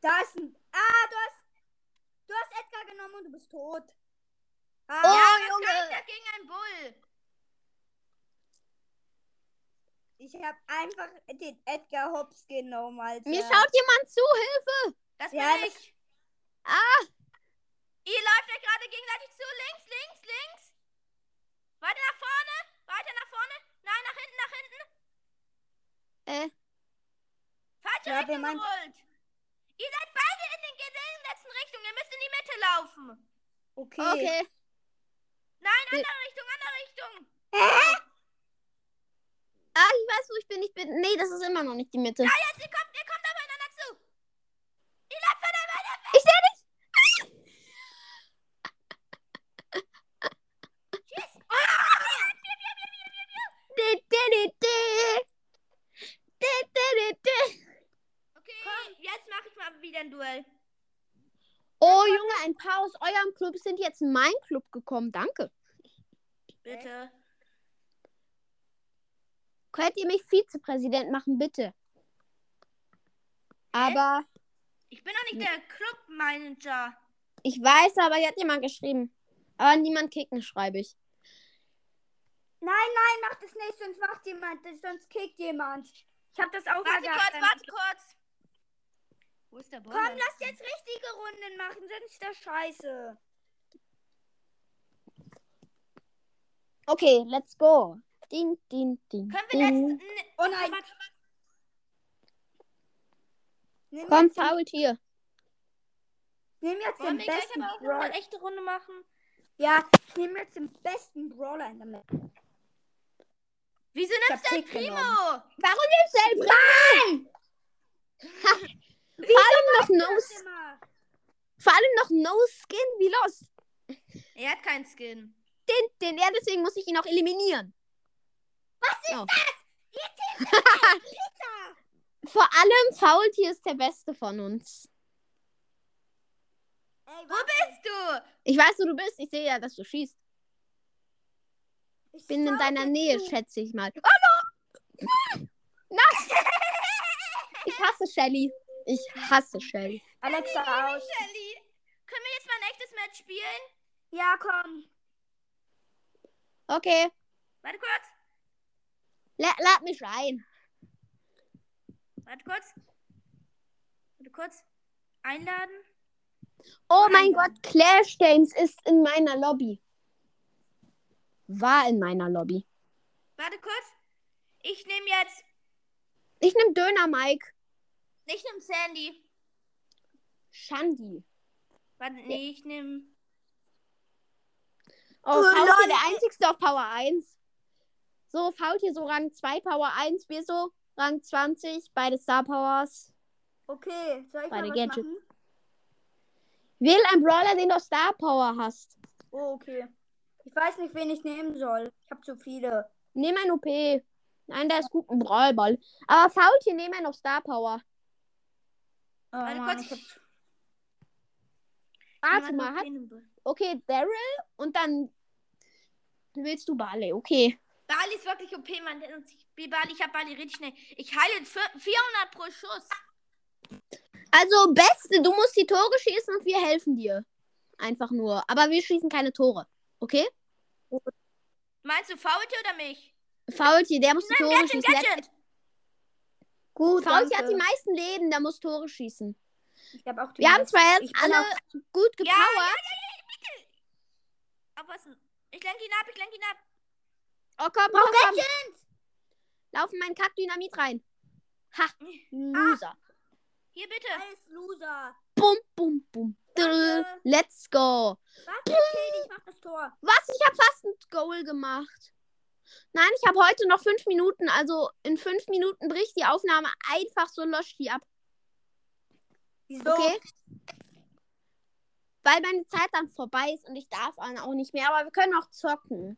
[SPEAKER 1] Da ist ein. Ah, du hast. Du hast Edgar genommen und du bist tot. Ah,
[SPEAKER 2] Oh,
[SPEAKER 1] ja,
[SPEAKER 3] Was
[SPEAKER 2] Junge.
[SPEAKER 3] kann ich da gegen einen Bull?
[SPEAKER 1] Ich habe einfach den Edgar Hobbs genommen, Alter.
[SPEAKER 2] Mir schaut jemand zu, Hilfe!
[SPEAKER 3] Das bin
[SPEAKER 1] Ja, das- Ah.
[SPEAKER 3] ich. Ihr läuft euch gerade gegenseitig zu. Links, links, links. Weiter nach vorne. Weiter nach vorne. Nein, nach hinten, nach hinten.
[SPEAKER 2] Äh.
[SPEAKER 3] Falsche
[SPEAKER 1] Ja, wer
[SPEAKER 3] Richtung
[SPEAKER 1] meint-
[SPEAKER 3] geholt. Ihr seid beide in den gegensätzten Richtungen. Ihr müsst in die Mitte laufen.
[SPEAKER 1] Okay.
[SPEAKER 2] Okay.
[SPEAKER 3] Nein, andere Richtung, andere Richtung.
[SPEAKER 2] Ah, ich weiß, wo ich bin. Ich bin. Nee, das ist immer noch nicht die Mitte.
[SPEAKER 3] Ah, Jetzt, ihr kommt, ihr kommt aufeinander zu. Ihr lauft von der Weide weg.
[SPEAKER 2] Ich sehe dich! Dä, dä, dä, dä. Dä, dä, dä, dä.
[SPEAKER 3] Okay, jetzt mache ich mal wieder ein Duell.
[SPEAKER 2] Oh Junge, ein paar aus eurem Club sind jetzt in meinen Club gekommen. Danke.
[SPEAKER 3] Bitte.
[SPEAKER 2] Könnt ihr mich Vizepräsident machen, bitte? Aber
[SPEAKER 3] Ich bin doch nicht der Clubmanager.
[SPEAKER 2] ich weiß, aber hier hat jemand geschrieben. Aber niemand kicken, schreibe ich.
[SPEAKER 1] Nein, nein, mach das nicht, sonst macht jemand, sonst kickt jemand. Ich habe das auch mal
[SPEAKER 3] Warte
[SPEAKER 1] gehabt.
[SPEAKER 3] kurz, warte kurz. Wo ist der Ball?
[SPEAKER 1] Komm, lass jetzt richtige Runden machen, sonst ist das scheiße.
[SPEAKER 2] Okay, let's go. Ding, ding, ding.
[SPEAKER 3] Können wir
[SPEAKER 2] ding.
[SPEAKER 3] letzten. Nee,
[SPEAKER 1] Oh nein.
[SPEAKER 3] warte,
[SPEAKER 1] Nimm
[SPEAKER 2] Komm,
[SPEAKER 1] jetzt, den-
[SPEAKER 2] Faultier.
[SPEAKER 1] nimm jetzt
[SPEAKER 3] Wollen
[SPEAKER 1] den
[SPEAKER 3] wir gleich
[SPEAKER 1] besten
[SPEAKER 3] aber auch noch
[SPEAKER 1] Brawler.
[SPEAKER 3] eine echte Runde machen?
[SPEAKER 1] Ja, ich nehm jetzt den besten Brawler in der Map.
[SPEAKER 3] Wieso
[SPEAKER 1] Ich hab
[SPEAKER 3] nimmst du den
[SPEAKER 1] Tick
[SPEAKER 3] Primo?
[SPEAKER 2] Warum nimmst du den Nein! vor, allem noch no,
[SPEAKER 1] Das immer.
[SPEAKER 2] vor allem noch No Skin wie Lost.
[SPEAKER 3] Er hat keinen Skin.
[SPEAKER 2] Den, den, ja, deswegen muss ich ihn auch eliminieren. Was ist das? vor allem Faultier ist der Beste von uns.
[SPEAKER 1] Ey,
[SPEAKER 3] Wo
[SPEAKER 1] warte,
[SPEAKER 3] bist du?
[SPEAKER 2] Ich weiß, wo du bist. Ich sehe ja, dass du schießt.
[SPEAKER 1] ich
[SPEAKER 2] Bin in
[SPEAKER 1] schau
[SPEAKER 2] deiner
[SPEAKER 1] dir
[SPEAKER 2] Nähe,
[SPEAKER 1] zu.
[SPEAKER 2] schätze ich mal. Oh no! Nein! Ich hasse Shelly. Ich hasse Shelly.
[SPEAKER 1] Alexa aus.
[SPEAKER 3] Shelly, können wir jetzt mal ein echtes Match spielen?
[SPEAKER 1] Ja, komm.
[SPEAKER 2] Okay,
[SPEAKER 3] Warte kurz,
[SPEAKER 2] la lad mich rein.
[SPEAKER 3] warte kurz. Warte kurz. Einladen.
[SPEAKER 2] Oh mein Gott, Clash Games ist in meiner Lobby. War in meiner Lobby.
[SPEAKER 3] Warte kurz. Ich nehme jetzt.
[SPEAKER 2] Ich nehme Döner Mike.
[SPEAKER 3] Ich nehme Sandy.
[SPEAKER 2] Shandi.
[SPEAKER 3] Warte, nee, ich nehme.
[SPEAKER 1] Oh,
[SPEAKER 2] Oh, Faultier,
[SPEAKER 1] lol.
[SPEAKER 2] der einzigste auf Power 1. So, Faultier so Rang 2, Power 1. Wir so Rang 20, beide Star Powers.
[SPEAKER 1] Okay, soll ich
[SPEAKER 2] Meine
[SPEAKER 1] mal was
[SPEAKER 2] Gadget.
[SPEAKER 1] machen?
[SPEAKER 2] Wähl einen Brawler, den du Star Power hast.
[SPEAKER 1] Oh, okay. Ich weiß nicht, wen ich nehmen soll. Ich habe zu viele.
[SPEAKER 2] Nehm ein OP. Nein, der ist gut ein Brawlball. Aber Faultier, nehm einen auf Star Power.
[SPEAKER 1] Oh,
[SPEAKER 3] Warte
[SPEAKER 1] Mann,
[SPEAKER 3] kurz.
[SPEAKER 1] ich hab zu-
[SPEAKER 2] Warte mal, hat. Okay, Daryl und dann willst du Barley. Okay.
[SPEAKER 3] Bali ist wirklich OP, Mann. Der nutzt- Ich, Bali, ich hab Bali richtig schnell. Ich heile vier- 400 pro Schuss.
[SPEAKER 2] Also, Beste, du musst die Tore schießen und wir helfen dir. Einfach nur. Aber wir schießen keine Tore. Okay?
[SPEAKER 3] Meinst du Faulty oder mich?
[SPEAKER 2] Faulty, der muss die Tore
[SPEAKER 3] Gadget,
[SPEAKER 2] schießen. Der-
[SPEAKER 3] Gadget.
[SPEAKER 1] Gut,
[SPEAKER 2] Faulty hat die meisten Leben, der muss Tore schießen.
[SPEAKER 1] Ich hab auch die
[SPEAKER 2] Wir haben
[SPEAKER 1] meisten.
[SPEAKER 2] zwar
[SPEAKER 1] Ich
[SPEAKER 2] jetzt
[SPEAKER 1] bin
[SPEAKER 2] alle gut
[SPEAKER 3] Ja, ja, ja,
[SPEAKER 2] gepowert.
[SPEAKER 3] Aber was? denn? Ich lenk ihn ab, ich lenk ihn ab.
[SPEAKER 2] Oh, komm, komm, komm. Lauf in meinen Kackdynamit rein. Ha,
[SPEAKER 3] Ah.
[SPEAKER 2] Loser.
[SPEAKER 3] Hier bitte.
[SPEAKER 1] Alles Loser.
[SPEAKER 2] Bum, bum, bum. Drrr. Let's go.
[SPEAKER 1] Warte, okay, ich mach das Tor.
[SPEAKER 2] Was? Ich habe fast ein Goal gemacht. Nein, ich habe heute noch fünf Minuten. Also in fünf Minuten bricht die Aufnahme einfach so losch die ab.
[SPEAKER 1] Wieso?
[SPEAKER 2] Okay? Weil meine Zeit dann vorbei ist und ich darf dann auch nicht mehr. Aber wir können auch zocken.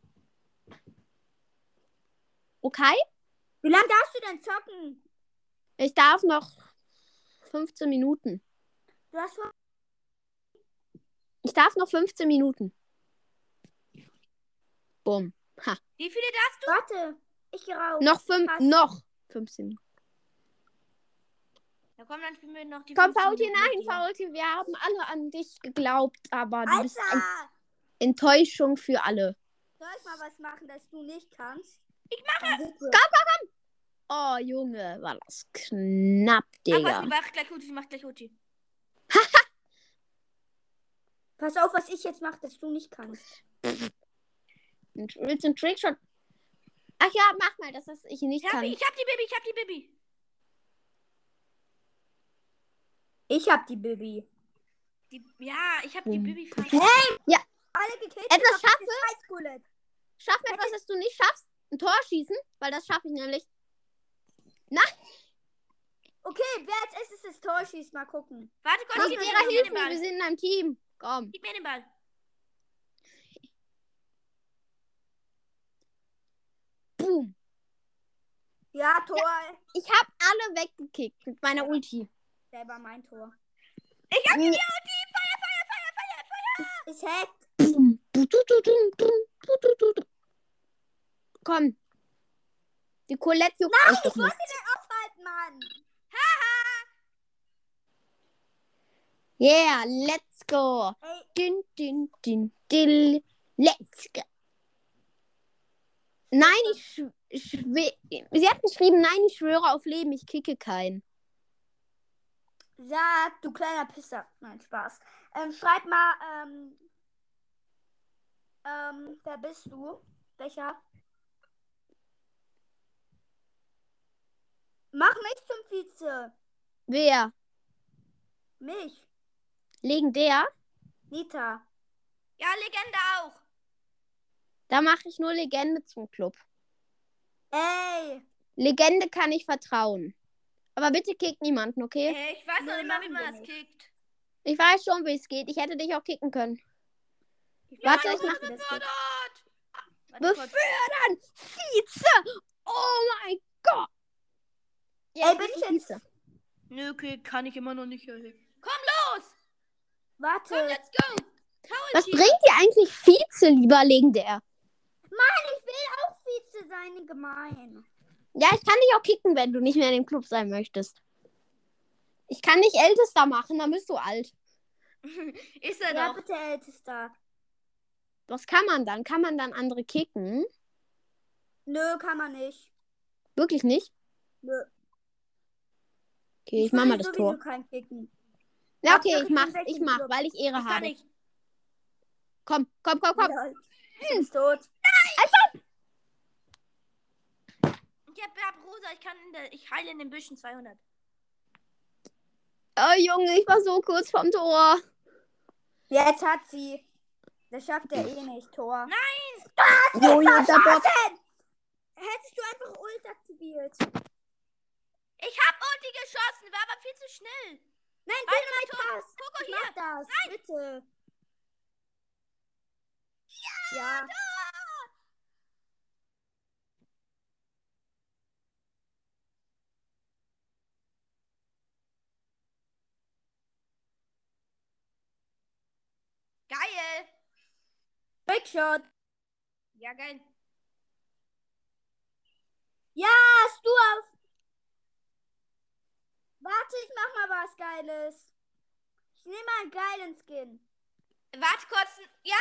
[SPEAKER 2] Okay?
[SPEAKER 1] Wie lange darfst du denn zocken?
[SPEAKER 2] Ich darf noch 15 Minuten.
[SPEAKER 1] Du hast vor-
[SPEAKER 2] Ich darf noch 15 Minuten. Bumm.
[SPEAKER 3] Wie viele darfst
[SPEAKER 1] Warte, ich geh raus.
[SPEAKER 2] Noch fünf,
[SPEAKER 1] Passt.
[SPEAKER 2] noch 15 Minuten.
[SPEAKER 3] du? Na komm, dann spielen wir noch die
[SPEAKER 2] Komm,
[SPEAKER 3] 15
[SPEAKER 2] Faultier,
[SPEAKER 3] Minuten
[SPEAKER 2] nein,
[SPEAKER 3] mit dir.
[SPEAKER 2] Faultier, wir haben alle an dich geglaubt, aber du bist ein
[SPEAKER 1] Alter!
[SPEAKER 2] Enttäuschung für alle.
[SPEAKER 1] Soll ich mal was machen, das du nicht kannst? Ich mache! Komm!
[SPEAKER 2] Oh, Junge, war das knapp,
[SPEAKER 3] Ah, pass,
[SPEAKER 2] Digga.
[SPEAKER 3] die macht gleich Ulti, die macht gleich Ulti.
[SPEAKER 1] Pass auf, was ich jetzt mache, das du nicht kannst.
[SPEAKER 2] Und Willst du einen Trickshot? Ach ja, mach mal, dass das ich nicht
[SPEAKER 3] Ich hab,
[SPEAKER 2] kann.
[SPEAKER 3] ich hab die Baby, ich hab die Baby.
[SPEAKER 1] Ich hab die Bibi.
[SPEAKER 3] Die, ja, ich hab die
[SPEAKER 2] Bum.
[SPEAKER 3] Baby.
[SPEAKER 1] Alle gekillt.
[SPEAKER 2] Etwas
[SPEAKER 1] ich hab
[SPEAKER 2] schaffe?
[SPEAKER 1] das Eiskulett.
[SPEAKER 2] Schaff etwas, das du nicht schaffst. Ein Tor schießen, weil das schaffe ich nämlich.
[SPEAKER 1] Okay, wer als erstes das Tor schießt, mal gucken.
[SPEAKER 3] Warte kurz,
[SPEAKER 2] Komm,
[SPEAKER 3] gib mir
[SPEAKER 2] Vera,
[SPEAKER 3] gib mir
[SPEAKER 2] hilf
[SPEAKER 3] den
[SPEAKER 2] mir, wir
[SPEAKER 3] Ball.
[SPEAKER 2] sind in einem Team. Komm.
[SPEAKER 3] Gib mir den Ball.
[SPEAKER 2] Boom.
[SPEAKER 1] Ja, Tor.
[SPEAKER 2] Ich habe alle weggekickt mit meiner Ulti.
[SPEAKER 1] Selber mein Tor.
[SPEAKER 2] Boom,
[SPEAKER 1] Ist hackt.
[SPEAKER 2] boom, bu- du- du- du- du- du- du- du- du. Komm. Die Colette juckt euch doch nicht.
[SPEAKER 1] Halt, Mann.
[SPEAKER 2] Yeah, let's go.
[SPEAKER 1] Ey.
[SPEAKER 2] Din, din, din, dill. Let's go. Nein, ich schw- schw Sie hat geschrieben, nein, ich schwöre auf Leben, ich kicke keinen.
[SPEAKER 1] Sag, du kleiner Pisser. Nein, Spaß. Ähm, schreib mal, ähm, ähm, wer bist du? Welcher? Mach mich zum Vize.
[SPEAKER 2] Wer?
[SPEAKER 1] Mich.
[SPEAKER 2] Legendär?
[SPEAKER 1] Nita.
[SPEAKER 3] Ja, Legende auch.
[SPEAKER 2] Da mache ich nur Legende zum Club.
[SPEAKER 1] Ey.
[SPEAKER 2] Legende kann ich vertrauen. Aber bitte kick niemanden, okay?
[SPEAKER 3] Äh, ich weiß noch
[SPEAKER 1] Nee,
[SPEAKER 3] immer, wie
[SPEAKER 1] machen
[SPEAKER 3] man
[SPEAKER 1] wir
[SPEAKER 3] das
[SPEAKER 1] nicht.
[SPEAKER 3] kickt.
[SPEAKER 2] Ich weiß schon, wie es geht. Ich hätte dich auch kicken können. Warte, ich mach das.
[SPEAKER 3] Verdammt. Warte kurz.
[SPEAKER 2] Befördern! Vize! Oh mein Gott!
[SPEAKER 1] Ey, bin ich jetzt-
[SPEAKER 2] Vize.
[SPEAKER 3] Nö, okay, kann ich immer noch nicht hören. Komm los! Komm,
[SPEAKER 1] Warte.
[SPEAKER 3] let's go! Faulty.
[SPEAKER 2] Was bringt dir eigentlich Vize, lieber Legendär?
[SPEAKER 1] Vize sein gemein.
[SPEAKER 2] Ja, ich kann dich auch kicken, wenn du nicht mehr in dem Club sein möchtest. Ich kann dich ältester machen, dann bist du alt.
[SPEAKER 3] Ist er
[SPEAKER 1] Ja,
[SPEAKER 3] doch.
[SPEAKER 1] bitte, Ältester.
[SPEAKER 2] Was kann man dann? Kann man dann andere kicken?
[SPEAKER 1] Nö, kann man nicht.
[SPEAKER 2] Wirklich nicht?
[SPEAKER 1] Nö.
[SPEAKER 2] Okay, ich mach mal
[SPEAKER 1] will
[SPEAKER 2] das
[SPEAKER 1] sowieso
[SPEAKER 2] Tor.
[SPEAKER 1] kein Kicken.
[SPEAKER 2] Ja, okay,
[SPEAKER 1] Hauptsache,
[SPEAKER 2] ich
[SPEAKER 1] ich
[SPEAKER 2] mach,
[SPEAKER 1] bin weg
[SPEAKER 2] ich
[SPEAKER 1] im
[SPEAKER 2] mach,
[SPEAKER 1] Club.
[SPEAKER 2] weil ich Ehre
[SPEAKER 3] Ich kann
[SPEAKER 2] habe.
[SPEAKER 3] nicht.
[SPEAKER 2] Komm, komm, komm, komm.
[SPEAKER 1] Ja, Du bist tot.
[SPEAKER 3] Ich hab, hab rosa, ich kann in der, ich heile in den Büschen 200.
[SPEAKER 2] Oh Junge, ich war so kurz vom Tor.
[SPEAKER 1] Jetzt hat sie. Das schafft er eh nicht, Tor.
[SPEAKER 2] Junge, der Bot.
[SPEAKER 1] Hättest du einfach Ult aktiviert.
[SPEAKER 3] Ich hab Ulti geschossen, war aber viel zu schnell.
[SPEAKER 1] Nein,
[SPEAKER 3] Warte
[SPEAKER 1] bitte,
[SPEAKER 3] mal, Tor.
[SPEAKER 1] Pass.
[SPEAKER 3] Guck mal hier.
[SPEAKER 1] mach das. Bitte. Ja.
[SPEAKER 3] Geil.
[SPEAKER 1] Big Shot.
[SPEAKER 3] Ja, geil.
[SPEAKER 1] Hast du auf. Warte, ich mach mal was Geiles. Ich nehme mal einen geilen Skin.
[SPEAKER 3] Warte kurz. Ja.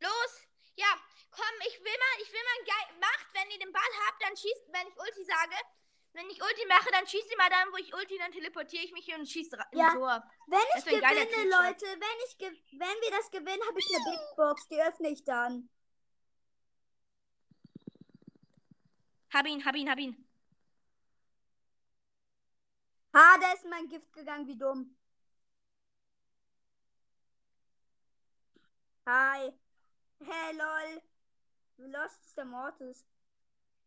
[SPEAKER 3] Los. Ja, komm, ich will mal, ich will mal geil macht, wenn ihr den Ball habt, dann schießt, wenn ich Ulti sage, wenn ich Ulti mache, dann schießt ihr mal dann, wo ich Ulti, dann teleportiere ich mich und schieße ra-
[SPEAKER 1] Ja.
[SPEAKER 3] im Tor.
[SPEAKER 1] Wenn ich
[SPEAKER 3] Das wär ein geiler
[SPEAKER 1] gewinne,
[SPEAKER 3] Trick, ja.
[SPEAKER 1] Leute, wenn, ich ge wenn wir das gewinnen, habe ich eine Big Box. Die öffne ich dann.
[SPEAKER 3] Hab ihn, hab ihn, hab ihn.
[SPEAKER 1] Ha, da ist mein Gift gegangen, wie dumm. Hi. Hey, lol. Lost ist der Mortis.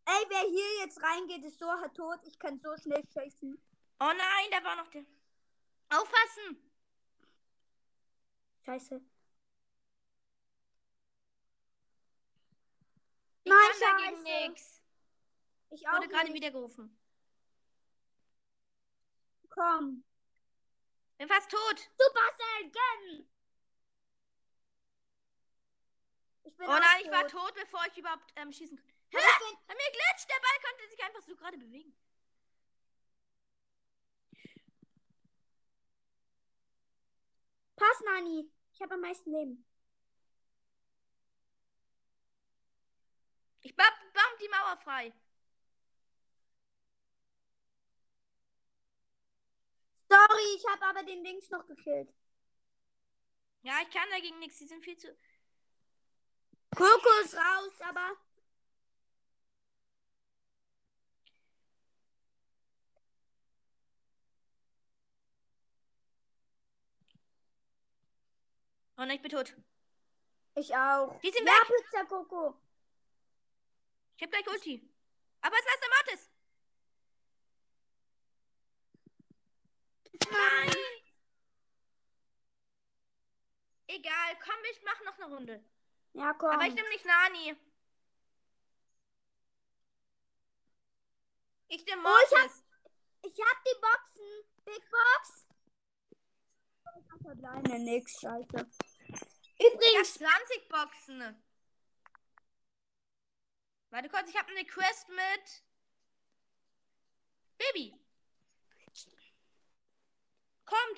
[SPEAKER 1] Ey, wer hier jetzt reingeht, ist so hart tot. Ich kann so schnell schießen.
[SPEAKER 3] Oh nein, da war noch der. Aufpassen.
[SPEAKER 1] Scheiße.
[SPEAKER 3] Ich
[SPEAKER 1] Nein,
[SPEAKER 3] kann dagegen
[SPEAKER 1] scheiße.
[SPEAKER 3] nix.
[SPEAKER 1] Ich auch
[SPEAKER 3] Wurde gerade
[SPEAKER 1] nicht.
[SPEAKER 3] wieder gerufen.
[SPEAKER 1] Komm.
[SPEAKER 3] Bin fast tot.
[SPEAKER 1] Supercell, gönn! Ich bin
[SPEAKER 3] Oh
[SPEAKER 1] auch
[SPEAKER 3] nein, ich
[SPEAKER 1] tot.
[SPEAKER 3] war tot, bevor ich überhaupt ähm, schießen konnte.
[SPEAKER 1] Aber ich bin-
[SPEAKER 3] Bei mir glitscht, der Ball konnte sich einfach so gerade bewegen.
[SPEAKER 1] Pass, Nani. Ich habe am meisten Leben.
[SPEAKER 3] Ich bam, bam die Mauer frei.
[SPEAKER 1] Sorry, ich habe aber den Dings noch gekillt.
[SPEAKER 3] Ja, ich kann dagegen nichts, die sind viel zu.
[SPEAKER 1] Coco ist raus, aber.
[SPEAKER 3] Oh nein, ich bin tot.
[SPEAKER 1] Ich auch.
[SPEAKER 3] Die sind
[SPEAKER 1] ja,
[SPEAKER 3] weg.
[SPEAKER 1] Pizza Coco.
[SPEAKER 3] Ich hab gleich Ulti. Aber es ist der Mortis. Nein! Egal, komm, ich mach noch eine Runde.
[SPEAKER 1] Ja, komm.
[SPEAKER 3] Aber ich nehme nicht Nani. Ich nehme
[SPEAKER 1] Oh, ich hab-
[SPEAKER 3] Mortis.
[SPEAKER 1] Ich hab die Boxen. Big Box. Ich hab heute alleine nix. Scheiße.
[SPEAKER 3] Ich hab,
[SPEAKER 1] Übrigens,
[SPEAKER 3] 20 Boxen. Warte kurz, ich habe eine Quest mit Baby. Kommt.